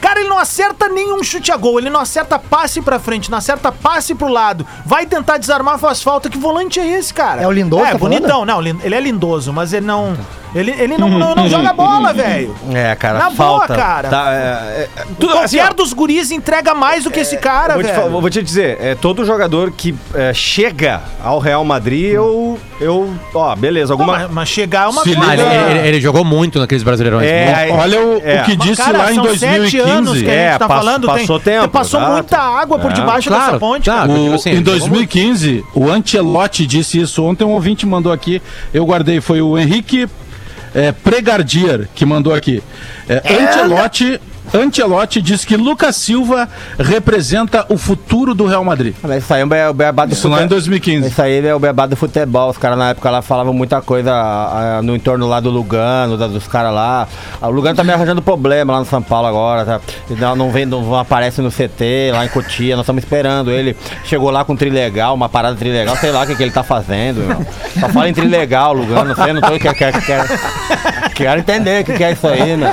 Cara, ele não acerta nenhum chute a gol, ele não acerta passe pra frente, não acerta passe pro lado. Vai tentar desarmar, faz falta. Que volante é esse, cara?
É o Lindoso
É,
tá falando?
bonitão. Não, lin- ele é lindoso, mas ele não. Ele, ele não, não, não joga bola, velho.
É, cara,
Na boa,
falta.
cara.
Tá, é, é, tudo assim, ó.
Qualquer dos guris entrega mais do que esse
É,
cara,
vou, te,
velho.
fa- vou te dizer, é, todo jogador que é, chega ao Real Madrid, eu. eu ó, beleza,
Não,
alguma.
mas, mas chegar é uma
Se
coisa.
Ah, ele, ele- ele- ele jogou muito naqueles brasileirões.
É, aí-
Olha o,
é.
o que disse
Cara,
lá em
são sete
2015.
anos que a
é,
gente tá
pass-
falando.
passou
tem,
tempo,
Passou
exato.
muita água por
É,
debaixo dessa
claro,
ponte.
claro.
cara.
Eu digo
O-
assim,
em
ele jogou
2015, o Ancelotti disse isso. Ontem um ouvinte mandou aqui, eu guardei, foi o Henrique é, Pregardier que mandou aqui. É, Ancelotti, Ancelotti disse que Lucas Silva representa o futuro do Real Madrid.
Mas
um
isso aí é o be- o beabá do
Isso lá em
futebol.
2015.
Isso aí é o beabá do futebol. Os caras na época lá falavam muita coisa ah, no entorno lá do Lugano, da- dos caras lá. Ah, O Lugano tá me arranjando problema lá no São Paulo agora. Tá? E Não, não vem, não aparece no CT, lá em Cotia. Nós estamos esperando ele. Chegou lá com trilegal, uma parada trilegal, sei lá o que, que ele tá fazendo. irmão. Só fala em trilegal, Lugano. Não sei, não tô. Quero, quero, quero, quero entender o que, que é isso aí, meu.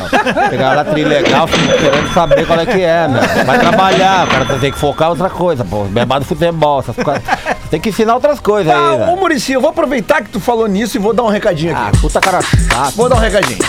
Pegar lá trilegal, fico querendo saber qual é que é, meu. Vai trabalhar, o cara tem que focar em outra coisa, pô. Beabá do futebol, essas coisas. Tem que ensinar outras coisas aí,
Ah,
velho.
ô Murici, eu vou aproveitar que tu falou nisso e vou dar um recadinho
Ah,
aqui.
puta cara chata.
Vou dar um recadinho.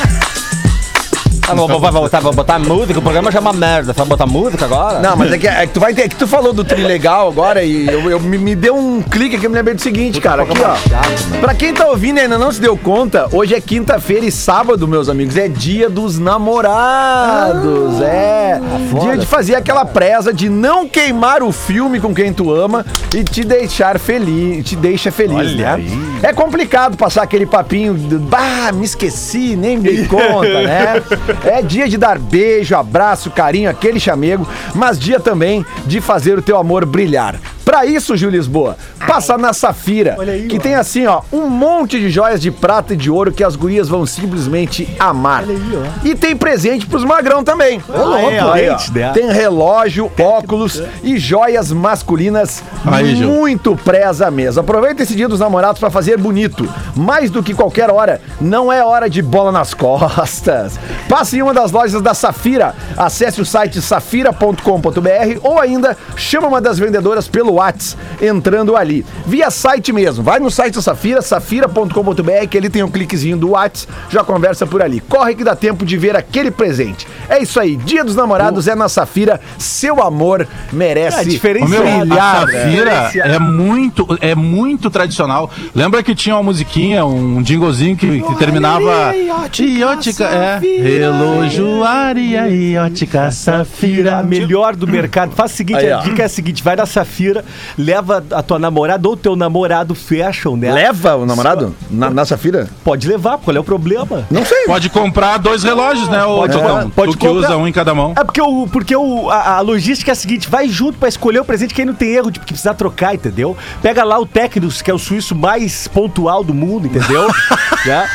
Ah, vou, vou, vou, botar, vou botar música, o programa chama merda. Só botar música agora?
Não, mas é que, é que tu vai ter. É que tu falou do Trilegal agora e eu, eu- me, me deu um clique aqui, eu me lembrei do seguinte, cara. Aqui, ó. Pra quem tá ouvindo e ainda não se deu conta, hoje é quinta-feira e sábado, meus amigos. É dia dos namorados. é. Dia de fazer aquela preza de não queimar o filme com quem tu ama e te deixar feliz. Te deixa feliz, né? É complicado passar aquele papinho. do, Bah, me esqueci, nem me dei conta, né? É dia de dar beijo, abraço, carinho, aquele chamego, mas dia também de fazer o teu amor brilhar. Pra isso, Gil Lisboa, passa na Safira, que tem assim, ó, um monte de joias de prata e de ouro que as gurias vão simplesmente amar. E tem presente pros magrão também.
louco,
Aí, ó, tem relógio, óculos e joias masculinas
Aí, Gil.
muito preza mesmo. Aproveita esse dia dos namorados pra fazer bonito. Mais do que qualquer hora, não é hora de bola nas costas. Passa faça em uma das lojas da Safira. Acesse o site safira.com.br ou ainda chama uma das vendedoras pelo Whats, entrando ali. Via site mesmo. Vai no site da Safira, safira.com.br, que ali tem um cliquezinho do Whats, já conversa por ali. Corre que dá tempo de ver aquele presente. É isso aí. Dia dos Namorados é na Safira. Seu amor merece. É
Ô, meu,
né?
a Safira é muito, é muito tradicional. Lembra que tinha uma musiquinha, um jinglezinho que, que terminava. Iótica, é.
Relojoaria e ótica Safira, a melhor do mercado. Faz o seguinte,
Aí,
a
ó.
dica é a seguinte, vai na Safira, leva a tua namorada ou teu namorado, fecham, né?
Leva o namorado na, na Safira?
Pode levar, qual é o problema?
Não sei.
Pode comprar dois relógios, né? Pode,
comprar- pode
tu que
comprar.
usa um em cada mão.
É porque, o, porque o, a, a logística é a seguinte: vai junto pra escolher o presente que aí não tem erro de que precisar trocar, entendeu? Pega lá o Tecnos, que é o suíço mais pontual do mundo, entendeu? Né?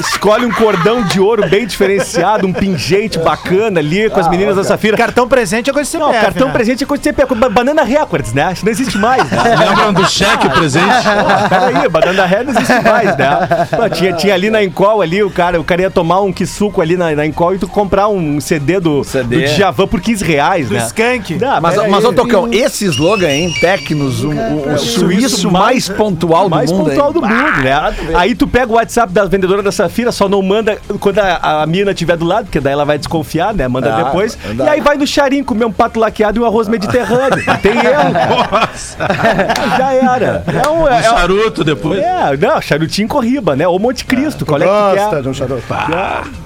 Escolhe um cordão de ouro bem diferenciado, um pingente bacana ali com as meninas da Safira.
Cartão presente é coisa que você
Não,
não,
cartão presente é coisa que você pega. Ba- Banana Records, né? Isso não existe mais. Né?
Lembram do cheque
É,
presente?
Pô, Peraí, Banana Ré não existe mais, né? Pô, tinha, tinha ali na Encol ali, o cara, o cara ia tomar um suco ali na, na Encol e tu comprar um CD do, do Djavan por 15 reais, né?
Skank.
Não,
Mas,
peraí.
mas ô Tocão, esse slogan, hein? Tecnos, o um, um- um suíço mais pontual do
mais
mundo.
pontual
hein?
do mundo, né? Aí tu pega o WhatsApp da vendedora da Safira, só não manda quando a, a mina estiver do lado, porque daí ela vai desconfiar, né? Manda
Ah,
depois.
manda-
E aí vai no charim comer um pato laqueado e um arroz mediterrâneo. Tem erro. Já era. É um, é,
Um charuto depois.
é, não, charutinho com riba, né? Ou Monte Cristo, qual é que
Gosta
é?
de um charuto.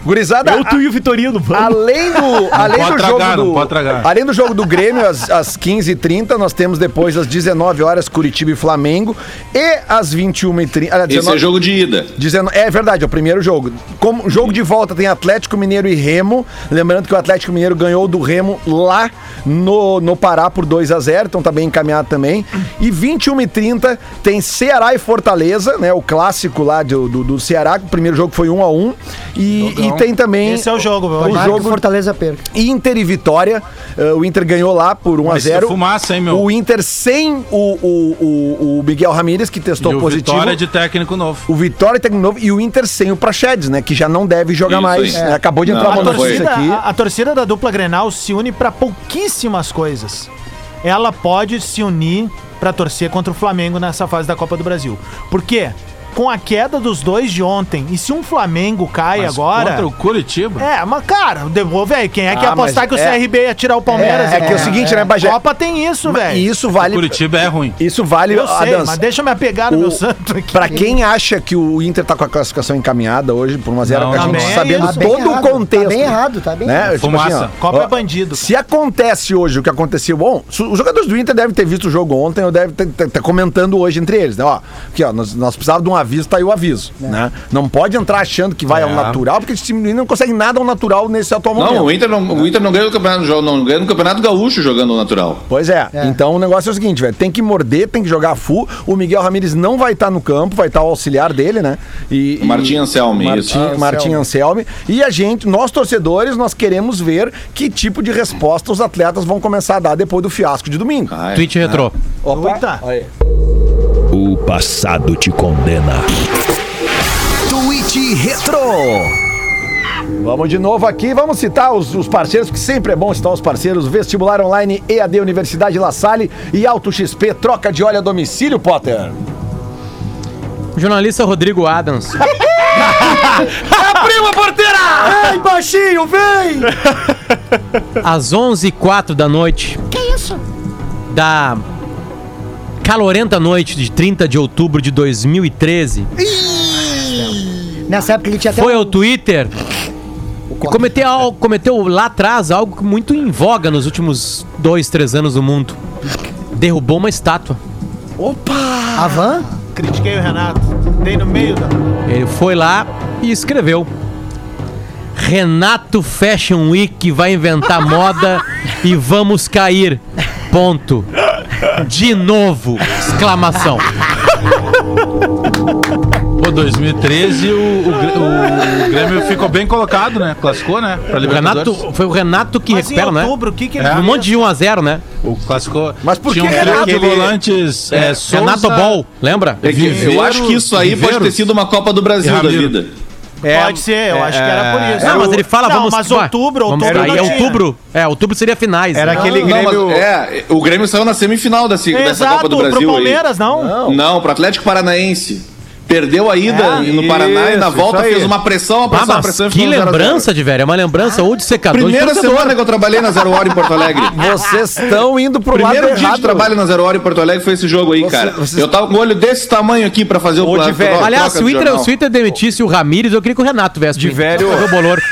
Gurizada,
Eu, tu e o Vitorino, vamos.
Além do, além
pode
do jogo
tragar, não
do,
pode tragar.
além do jogo do Grêmio às, às 15h30, nós temos depois às 19 horas Curitiba e Flamengo e às 21h30, aliás,
Esse é
19
jogo de ida.
19 é verdade, é o primeiro jogo. Como jogo de volta tem Atlético Mineiro e Remo. Lembrando que o Atlético Mineiro ganhou do Remo lá no, no Pará por 2 a 0 então tá bem encaminhado também. E 21h30 tem Ceará e Fortaleza, né? O clássico lá do, do, do Ceará. O primeiro jogo foi 1 a 1 E, e tem também.
Esse é o jogo, meu.
o
Tomara que o
jogo
Fortaleza perca.
Inter e Vitória. Eh, o Inter ganhou lá por 1 a
Mas isso é
0
fumaça, hein, meu?
O Inter sem o, o, o, o Miguel Ramírez, que testou
E o
positivo.
Vitória de técnico novo.
O Vitória tem um novo e o Inter sem o Praxedes, né? Que já não deve jogar
Isso
mais.
aí.
né? Acabou de
Não,
entrar
A
uma
Não foi.
notícia
torcida,
aqui.
a, a torcida da dupla Grenal se une pra pouquíssimas coisas. Ela pode se unir pra torcer contra o Flamengo nessa fase da Copa do Brasil. Por quê? Com a queda dos dois de ontem, e se um Flamengo cai
Mas
agora.
Contra o Curitiba.
É, mas cara, devolve aí. Quem é que
Ah,
ia apostar
mas
que o
é-
CRB ia tirar o Palmeiras?
É, é que é o seguinte, né, Bagé?
Copa tem isso, velho.
E isso vale.
Curitiba é ruim.
Isso vale
Eu sei,
Adams,
mas deixa eu me apegar no
o-
meu santo aqui.
Pra quem acha que o Inter tá com a classificação encaminhada hoje por 1 a 0
Não,
a
não.
gente
Também é
sabendo
isso.
todo o
errado,
contexto.
Tá bem errado, tá bem errado.
né? Tipo assim,
Fumaça.
ó,
Copa
ó,
é bandido.
Se acontece hoje o que aconteceu, bom, su- os jogadores do Inter devem ter visto o jogo ontem, ou devem ter, ter- ter comentando hoje entre eles, né? Ó, aqui, ó, nós, nós precisávamos de um aviso, tá aí o aviso, né? Não pode entrar achando que
É.
vai ao natural, porque esse time do Inter não consegue nada ao natural nesse atual momento.
Não, o Inter não, o Inter não ganha no campeonato, jo- não ganha no campeonato gaúcho jogando o natural.
Pois é.
É.
Então o negócio é o seguinte, velho. Tem que morder, tem que jogar full. O Miguel Ramírez não vai estar no campo, vai estar o auxiliar dele, né? E,
O Martim
e-
Anselmi,
Martim,
isso.
Anselmi. Martim Anselmi. E a gente, nós torcedores, nós queremos ver que tipo de resposta os atletas vão começar a dar depois do fiasco de domingo.
Ai.
Twitch retrô.
Ah.
Opa.
Eita.
Aí.
O passado te condena.
Twitch Retro. Vamos de novo aqui, vamos citar os, os parceiros, que sempre é bom citar os parceiros. Vestibular Online, EAD Universidade La Salle e Auto XP, troca de óleo a domicílio, Potter.
Jornalista Rodrigo Adams.
Ai, baixinho, vem!
às 11 h 04 da noite. Que isso? Da calorenta noite de 30 de outubro de 2013.
Nessa época ele tinha até
Foi ao Twitter e cometeu, algo, cometeu lá atrás algo muito em voga nos últimos dois, três anos do mundo. Derrubou uma estátua.
a van.
Critiquei o Renato. Dei no meio da.
Ele foi lá e escreveu. Renato Fashion Week vai inventar moda e vamos cair. Ponto. De novo! Exclamação.
Pô, 2013 o, o, Grê- o- o Grêmio ficou bem colocado, né? Classificou, né? Pra
O
Libertadores.
Renato, foi o Renato que
Mas em
recupera, né?
outubro, o que que ele
É.
Um monte de 1x0, né?
O classificou.
Mas por
Tinha
que
um trio
Renato?
de volantes. É, Souza,
Renato Ball, lembra?
É que eu
Viveiro-
acho que isso aí pode
Viveiro?
ter sido uma Copa do Brasil
E
da
Ramiro.
vida.
É,
Pode ser, eu acho que era por isso.
É. Não, mas ele fala,
Não,
vamos...
mas outubro, outubro
Era,
não
aí é
tinha.
outubro. É, outubro seria finais.
Era
né?
aquele
Não, mas
Grêmio.
é, o Grêmio saiu na semifinal dessa, dessa Copa
Exato,
do
pro
Brasil aí.
Palmeiras, não?
Não, pro Atlético Paranaense. Perdeu a
É,
ida no Paraná e na
isso,
volta
isso aí.
fez uma pressão, uma
Ah,
pressão, uma
mas
pressão. e
que
um
ficou no 0 a 0.
lembrança de velho. É uma lembrança ou de secador Então
Primeira
de torcedor.
semana que eu trabalhei na Zero Hora em Porto Alegre.
Vocês estão indo pro
Primeiro
lado
dia
errado.
de trabalho na Zero Hora em Porto Alegre foi esse jogo aí, cara. Eu tava com o olho desse tamanho aqui pra fazer o
Ô,
pla-
de velho.
troca-
Aliás, se
troca
o
do
Inter,
jornal.
se o Inter demitisse o Ramírez, eu queria que o Renato viesse.
De velho-
O bolor.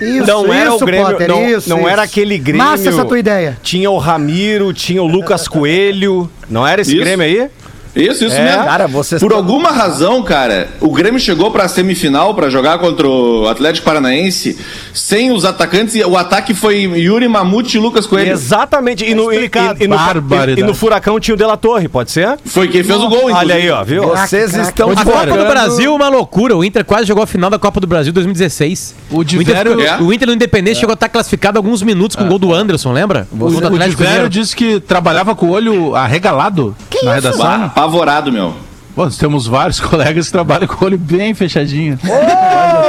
Isso,
não era o Grêmio,
Potter,
não,
isso,
não
isso.
era aquele Grêmio.
Massa essa tua ideia.
Tinha o Ramiro, tinha o Lucas Coelho. Não era esse
Isso.
Grêmio aí?
Isso, isso mesmo.
cara, vocês
Por
tão-
alguma razão, cara, o Grêmio chegou pra semifinal pra jogar contra o Atlético Paranaense sem os atacantes. e O ataque foi Yuri Mamute e Lucas Coelho.
Exatamente. E no, e, e, e no,
Barbaridade.
e no Furacão tinha o De La Torre, pode ser?
Foi quem fez o gol,
Olha aí, ó, viu?
Vocês estão
A Copa
fora.
do Brasil é uma loucura. O Inter quase jogou a final da Copa do Brasil 2016.
O de
O Inter,
velho-
É.
o Inter no Independente chegou a estar classificado alguns minutos com o gol do Anderson, lembra?
O,
gol do
o de
Atlético
velho
Mineiro.
disse que trabalhava com o olho arregalado na redação. né?
Bah, apavorado, meu.
Pô, nós temos vários colegas que trabalham com o olho bem fechadinho.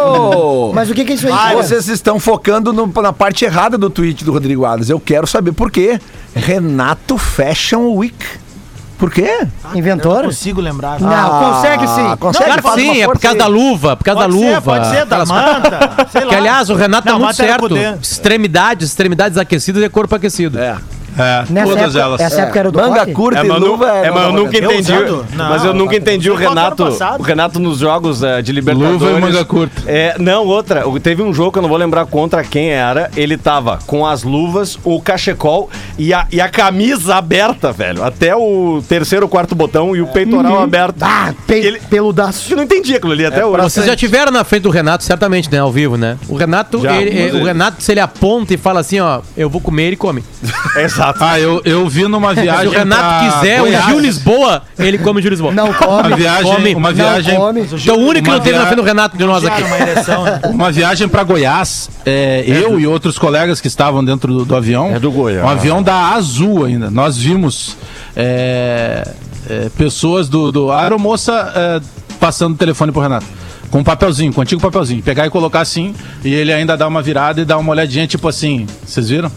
Ô!
Mas o que, que é isso aí?
Vocês estão focando no- na parte errada do tweet do Rodrigo Adams. Eu quero saber por quê. Renato Fashion Week. Por quê?
Não
Inventor?
consigo lembrar.
Não, consegue sim.
Consegue?
Claro que
Faz uma
sim, é por
força
causa
aí.
da luva, por causa
Pode
da
ser,
luva.
pode ser, da
Aquelas-
manta. sei
Que
lá.
aliás, o Renato
Não,
tá muito
mata era
certo.
poder.
Extremidades, extremidades aquecidas e corpo aquecido.
É.
É,
Nessa
todas
época,
elas.
Essa época era o do
Manga
Potter?
curta
É,
e
mas eu nu-
luva é
é, mas eu
nova
nunca
moda.
entendi.
usando? Não.
mas eu nunca entendi o
Foi quatro
Renato.
ano passado.
O Renato nos jogos eh, de Libertadores.
Luva e manga curta.
É, não, outra. o- Teve um jogo que eu não vou lembrar contra quem era. Ele tava com as luvas, o cachecol e a, e a camisa aberta, velho. Até o terceiro, quarto botão e o peitoral aberto.
Ah, pe
Ele-
peludaço.
Eu não entendi aquilo ali até hoje.
Vocês já tiveram na frente do Renato, certamente, né? Ao vivo, né? O Renato,
Já,
ele-
mas
o
ele-
Renato, se ele aponta e fala assim, ó, eu vou comer, ele come.
É, Exato.
Ah, eu, eu vi numa
Se
viagem.
o Renato
pra
quiser
Goiás.
o Gil Lisboa, ele come o Gil Lisboa.
Não
Uma
come.
viagem,
Come.
uma viagem,
Não come.
Então o único que
Uma
não teve na
via-
frente do Renato de nós aqui.
é
Cara, uma ereção, né?
uma viagem para Goiás. é, eu e outros colegas que estavam dentro do, do avião.
É do Goiás.
Um avião da Azul ainda. Nós vimos é, é, pessoas do, do a aeromoça é, passando o telefone pro Renato. Com um papelzinho, com um antigo papelzinho. Pegar e colocar assim, e ele ainda dá uma virada e dá uma olhadinha, tipo assim, vocês viram?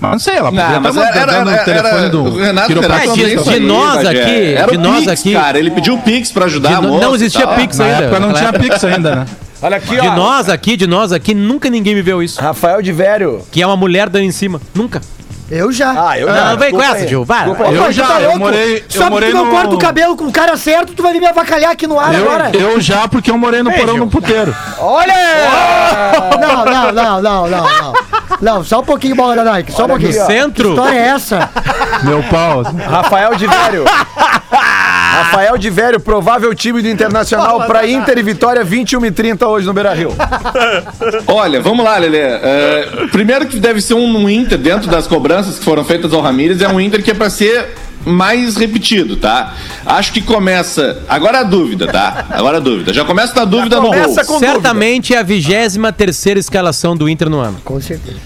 Mas não sei, ela podia
Não, mas
estar
era, era,
dando o
era,
telefone
era,
do
o Renato
quiropraxista.
Renato, de- de nós
Bagé.
aqui,
É, Era
de
o
nós
Pix,
aqui.
cara. Ele pediu o Pix pra ajudar
De
a
no-
moça
não
e
existia
tal.
Pix né?
Na
ainda.
época não
Naquela
tinha
época.
Pix ainda, né?
Olha aqui,
De
ó.
nós aqui, de nós aqui, nunca ninguém me viu isso.
Rafael de Vério.
Que é uma mulher dando em cima. Nunca.
Eu
Ah,
já.
eu
Não, não Ah, vem com essa, Gil. Vai.
Ah, Desculpa aí.
Eu
Pô,
já,
tá
eu
louco?
morei- eu
Sabe
morei
que eu
no-
corto o cabelo com o cara certo, tu vai vir me avacalhar aqui no ar agora.
Eu, eu já, porque eu morei no porão no
tá.
puteiro.
Não, não, não, não, não, não. Não, só um pouquinho, Bola Nike, só
No
um pouquinho. Que
centro,
história é essa?
Meu pau. assim.
Rafael de Vério. Rafael de Vério, provável time do Internacional para Inter e Vitória 21 e 30 hoje no Beira-Rio.
Olha, vamos lá, Lelê. É, primeiro que deve ser um, um Inter, dentro das cobranças que foram feitas ao Ramírez, é um Inter que é pra ser mais repetido, tá? Acho que começa. Agora a dúvida, tá? Agora a dúvida. Já começa na dúvida no gol.
Começa com dúvida.
certamente é a 23 escalação do Inter no ano.
Com certeza.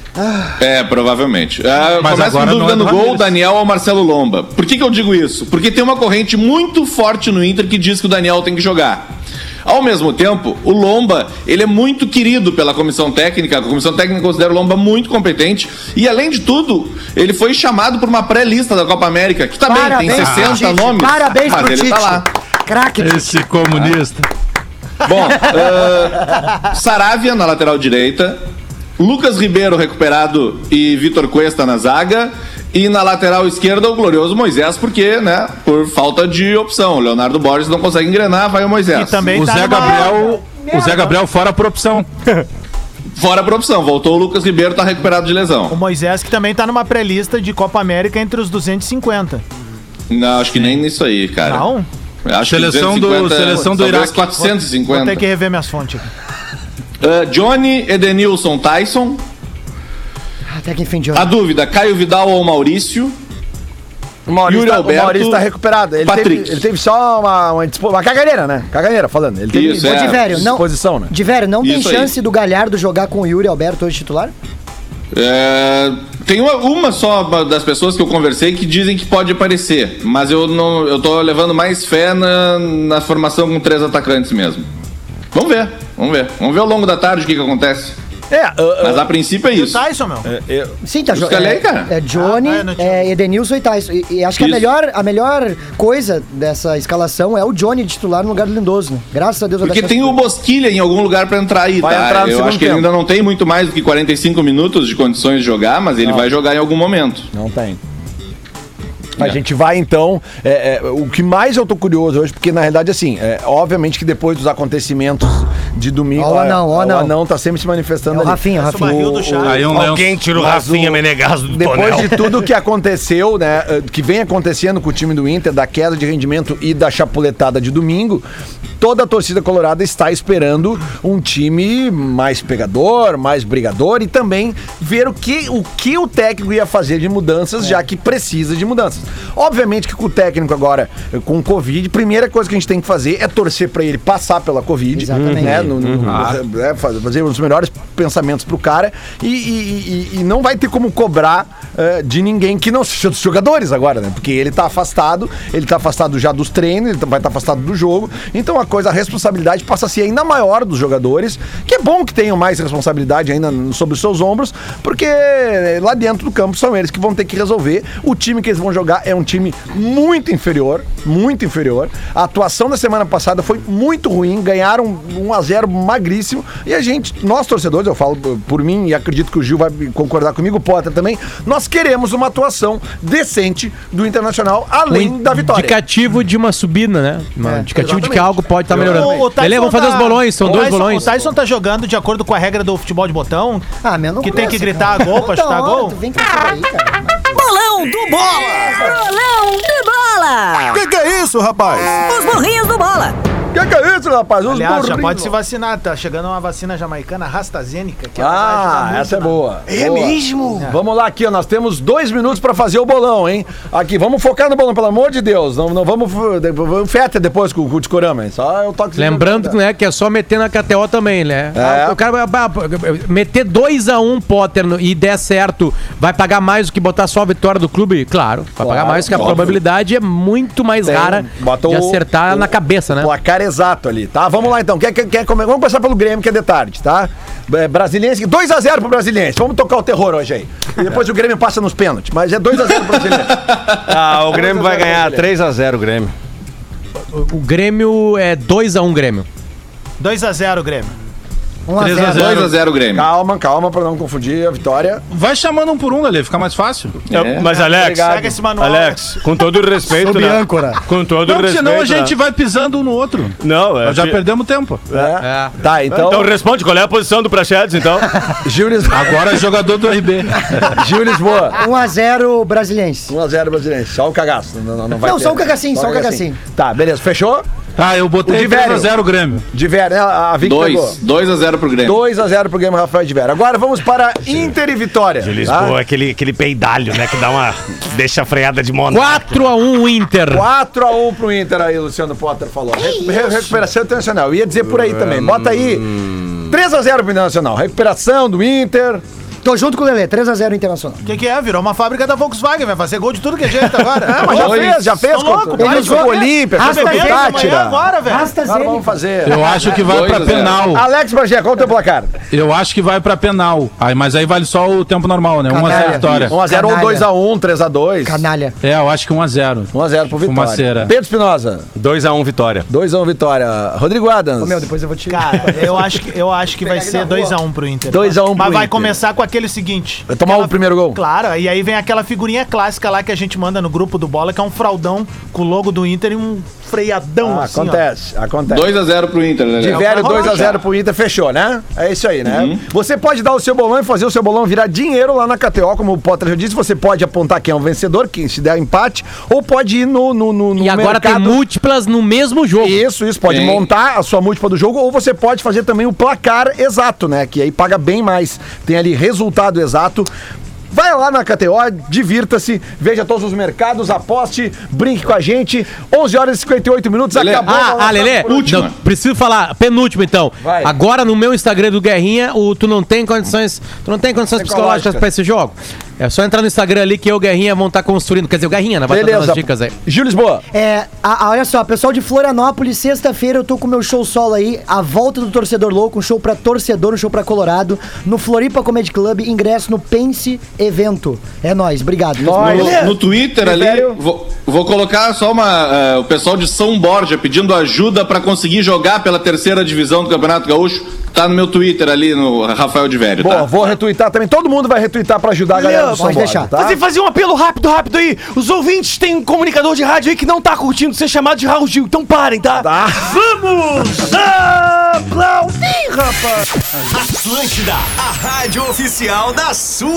É, provavelmente. Ah,
Mas
começa com
agora
dúvida
não é
no
do
gol,
Ramires.
Daniel ou Marcelo Lomba. Por que, que eu digo isso? Porque tem uma corrente muito forte no Inter que diz que o Daniel tem que jogar. Ao mesmo tempo, o Lomba, ele é muito querido pela comissão técnica. A comissão técnica considera o Lomba muito competente. E, além de tudo, ele foi chamado por uma pré-lista da Copa América, que também tem
pro
60
Tite.
nomes.
Parabéns
mas
pro
ele
Tite.
tá lá.
Craque.
Esse comunista.
Bom, eh, Saravia na lateral direita, Lucas Ribeiro recuperado e Vitor Cuesta na zaga. E na lateral esquerda, o glorioso Moisés, porque, né, por falta de opção. O Leonardo Borges não consegue engrenar, vai o Moisés.
E também
O
tá
Zé
numa-
Gabriel. O Zé Gabriel fora por opção.
Fora por opção, voltou o Lucas Ribeiro, tá recuperado de
O
lesão.
Moisés que também tá numa pré-lista de Copa América entre os 250.
Não, acho que nem nisso aí, cara.
Não?
Acho
Seleção
que
do- seleção do
talvez
Iraque.
Vou
450.
ter que rever minhas fontes. aqui.
Eh, Johnny, Edenilson, Tyson.
Até que Ah, enfim de
A
ano.
dúvida, Caio Vidal ou Maurício.
O Maurício,
Yuri
tá,
Alberto,
o Maurício tá recuperado. Ele,
Patrick.
Teve, ele teve só uma, uma, dispo- uma caganeira, né? Caganeira, falando. Ele teve
Isso,
uma
é.
de
Diverio, não.
disposição, né?
De velho, não tem
Isso aí.
chance do Galhardo jogar com o Yuri Alberto hoje titular?
É, tem uma, uma só das pessoas que eu conversei que dizem que pode aparecer, mas eu não, eu tô levando mais fé na, na formação com três atacantes mesmo. Vamos ver. Vamos ver. Vamos ver ao longo da tarde o que, que acontece.
É, uh,
Mas a princípio é isso.
tá
Tyson, meu.
Sim, tá
Busca ali,
é,
cara.
é Johnny,
Ah, não, não,
é Edenilson e Tyson. E, e acho que a
Isso.
melhor, a melhor coisa dessa escalação é o Johnny de titular no lugar do Lindoso. né? Graças a Deus. vai
Porque
dar
tem
chance
o Bosquilha em algum lugar pra entrar aí,
tá Vai
tá?
entrar no
Eu
segundo
acho que ele
tempo.
ainda não tem muito mais do que 45 minutos de condições de jogar, mas ele vai jogar em algum momento.
Não tem. A gente vai então. é, é, o que mais eu tô curioso hoje, porque na realidade, assim, é, obviamente que depois dos acontecimentos de domingo.
Ó o anão, ó o anão.
não tá sempre se manifestando.
É o
ali.
Rafinha,
Parece o
Rafinha.
barril do Chaves.
Aí um lenço.
Alguém tira o
Mas
Rafinha
o-
Menegaso do
Depois
tonel.
de tudo que aconteceu, né? eh, Que vem acontecendo com o time do Inter, da queda de rendimento e da chapuletada de domingo, toda a torcida colorada está esperando um time mais pegador, mais brigador e também ver o que o, que o técnico ia fazer de mudanças,
É.
já que precisa de mudanças. Obviamente que com o técnico agora, eh, com o Covid, primeira coisa que a gente tem que fazer é torcer para ele passar pela Covid.
Exatamente.
Né, no- no- né, faz- fazer os melhores pensamentos pro cara e, e- e- e não vai ter como cobrar eh, de ninguém que não seja dos jogadores agora, né? Porque ele tá afastado, ele tá afastado já dos treinos, ele tá- vai estar afastado do jogo. Então a coisa, a responsabilidade passa a ser ainda maior dos jogadores, que é bom que tenham mais responsabilidade ainda n- sobre os seus ombros, porque eh, lá dentro do campo são eles que vão ter que resolver. O time que eles vão jogar é um time muito inferior, muito inferior. A atuação da semana passada foi muito ruim, ganharam 1 a 0 magríssimo. E a gente, nós torcedores, eu falo por mim e acredito que o Gil vai concordar comigo, o Potter também, nós queremos uma atuação decente do Internacional além da vitória. É,
Indicativo de uma subida, né? Uma- indicativo de que
exatamente.
algo pode estar
O- o
Tá melhorando.
Tyson
Beleza, vamos fazer
tá-
os bolões, são
o
dois
Tyson-
bolões.
O Tyson tá jogando de acordo com a regra do futebol de botão.
Ah, meu, não
Que tem que
começa,
gritar tá
cara.
gol pra
Então,
Toda
chutar
hora
gol.
tu vem com essa daí, cara.
Bolão do Bola! Bolão do Bola!
Que que é isso, rapaz?
Os burrinhos do Bola!
Que que é isso, rapaz? Os
Aliás, já
burrinhos.
pode se vacinar. Tá chegando uma vacina jamaicana, Rastazênica. Que ela vai ajudar
Ah,
tá muito
essa é
na-
boa. É mesmo? Vamos lá aqui, ó. Nós temos dois minutos pra fazer o bolão, hein? Aqui, vamos focar no bolão, pelo amor de Deus. Não, não vamos f- de- vamos feta depois com, com o Discorama, hein? Só eu toque.
Lembrando né, que é só meter na KTO também, né?
É.
O cara vai- vai- vai- meter 2x1 Potter no- e der certo, vai pagar mais do que botar só a vitória do clube? Claro, vai pagar mais, porque a probabilidade é muito mais
Tem,
rara
bota
de
o-
acertar
o-
na cabeça, né?
Placar exato ali, tá? Vamos lá então. Quer, quer, quer comer? Vamos começar pelo Grêmio, que é de tarde, tá? É, Brasiliense, 2x0 pro Brasiliense. Vamos tocar o terror hoje aí. E depois o Grêmio passa nos pênaltis, mas é 2x0 pro Brasiliense.
Ah, o Grêmio vai ganhar 3x0 o Grêmio.
O o Grêmio é 2x1 Grêmio.
2x0, Grêmio.
1 a 0.
2x0 Grêmio.
calma, calma, pra não confundir a vitória.
Vai chamando um por um, ali, fica mais fácil.
É.
Mas, Alex,
obrigado.
Pega esse manual.
Alex, com todo o respeito,
Sob
né?
âncora.
Com todo o
Não, porque
respeito.
senão a gente
né?
vai pisando um no outro.
Não, é.
Nós já
que-
perdemos tempo.
né?
É.
Tá, então.
Então responde, qual é a posição do Prachedes, então?
Gil, Lis...
Agora é jogador do RB.
Gil Lisboa.
1 a 0 brasiliense.
1x0 Brasiliense. Só o cagaço. Não, não, não vai
Não,
ter.
só o cagacinho, só o
Tá, beleza. Fechou?
Ah, eu
O
botei
de velho.
3x0 o Grêmio.
De Vera, né? A Vic pegou.
2. 2x0 pro Grêmio.
2x0 pro Grêmio Rafael de Vera. Agora vamos para Inter e Vitória.
De
tá?
Lisboa, aquele, aquele peidalho, né? Que dá uma. Deixa a freada de mono.
4x1 Inter.
4x1 pro Inter aí, Luciano Potter falou. Re- re- recuperação internacional. Ia dizer por aí também. Bota aí. 3x0 pro Internacional. Recuperação do Inter.
Tô junto com o Lelê, 3 a 0 Internacional.
O que, que é? Virou uma fábrica da Volkswagen. Vai fazer gol de tudo que é jeito agora.
Ah, mas já
Dois.
fez, já fez.
Tão louco,
Ele
vai,
fez com
vai.
o Olímpia, fez
Tá
com o
bebendo amanhã
Tátira.
agora, velho.
Rasta
Agora Tá, vamos
Zênica.
fazer.
Eu acho que vai
Dois a
pra
zero.
penal.
Alex Bagé, qual é o teu placar?
Eu acho que vai pra penal. Aí, mas aí vale só o tempo normal, né?
É.
1x0 vitória.
1x0 ou
Canalha.
2x1, 3x2.
Canalha.
É, eu acho que
1x0
1x0.
pro Vitória.
Fumaceira.
Pedro Espinosa,
2x1 Vitória.
2x1 Vitória. Rodrigo Adams.
Ô, meu, depois eu vou te...
Cara, eu acho que, eu acho que vai ser 2x1 pro Inter.
2 a 1
Mas
pro
vai
Inter.
começar com aquele seguinte.
Vai tomar o primeiro gol.
Claro, e aí vem aquela figurinha clássica lá que a gente manda no grupo do Bola, que é um fraldão com o logo do Inter e um freiadão
Ah,
assim, ó.
acontece, acontece.
2x0 pro Inter, né?
De
Léo?
velho 2x0 pro Inter, fechou, né? É isso aí, né?
Uhum.
Você pode dar o seu bolão e fazer o seu bolão virar dinheiro lá na KTO, como o Potter já disse. Você pode apontar quem é o vencedor, quem se der empate, ou pode ir no, no, no, no
E agora tem
mercado.
múltiplas no mesmo jogo.
Isso, isso. Pode
Sim.
montar a sua múltipla do jogo ou você pode fazer também o placar exato, né? Que aí paga bem mais. Tem ali resultado exato. Vai lá na KTO, divirta-se, veja todos os mercados, aposte, brinque com a gente. 11 horas e 58 minutos,
Lelê.
acabou. a
Ah,
nossa
ah, Lelê,
por última.
não, preciso falar, penúltimo então.
Vai.
Agora no meu Instagram do Guerrinha, o tu não tem condições, tu não tem condições psicológicas pra esse jogo. É só entrar no Instagram ali que eu, Guerrinha, vão estar construindo. Quer dizer, o Guerrinha, né? Vai estar
Beleza.
dando as dicas aí.
Gil Lisboa.
É, a- a- olha só, pessoal de Florianópolis, sexta-feira eu tô com meu show solo aí, a volta do torcedor louco, um show pra torcedor, um show pra Colorado, no Floripa Comedy Club, ingresso no Pense Evento. É nóis, obrigado.
No, no Twitter ali, vou, vou colocar só uma. eh, o pessoal de São Borja pedindo ajuda pra conseguir jogar pela terceira divisão do Campeonato Gaúcho. Tá no meu Twitter ali, no Rafael de Velho.
Boa,
tá?
vou retweetar também. Todo mundo vai retweetar pra ajudar a galera do São Borja, tá?
Fazer, fazer um apelo rápido, rápido aí. Os ouvintes têm um comunicador de rádio aí que não tá curtindo ser chamado de Raul Gil, então parem, tá? Tá. Vamos aplaudir, rapaz!
Atlântida, a rádio oficial da sua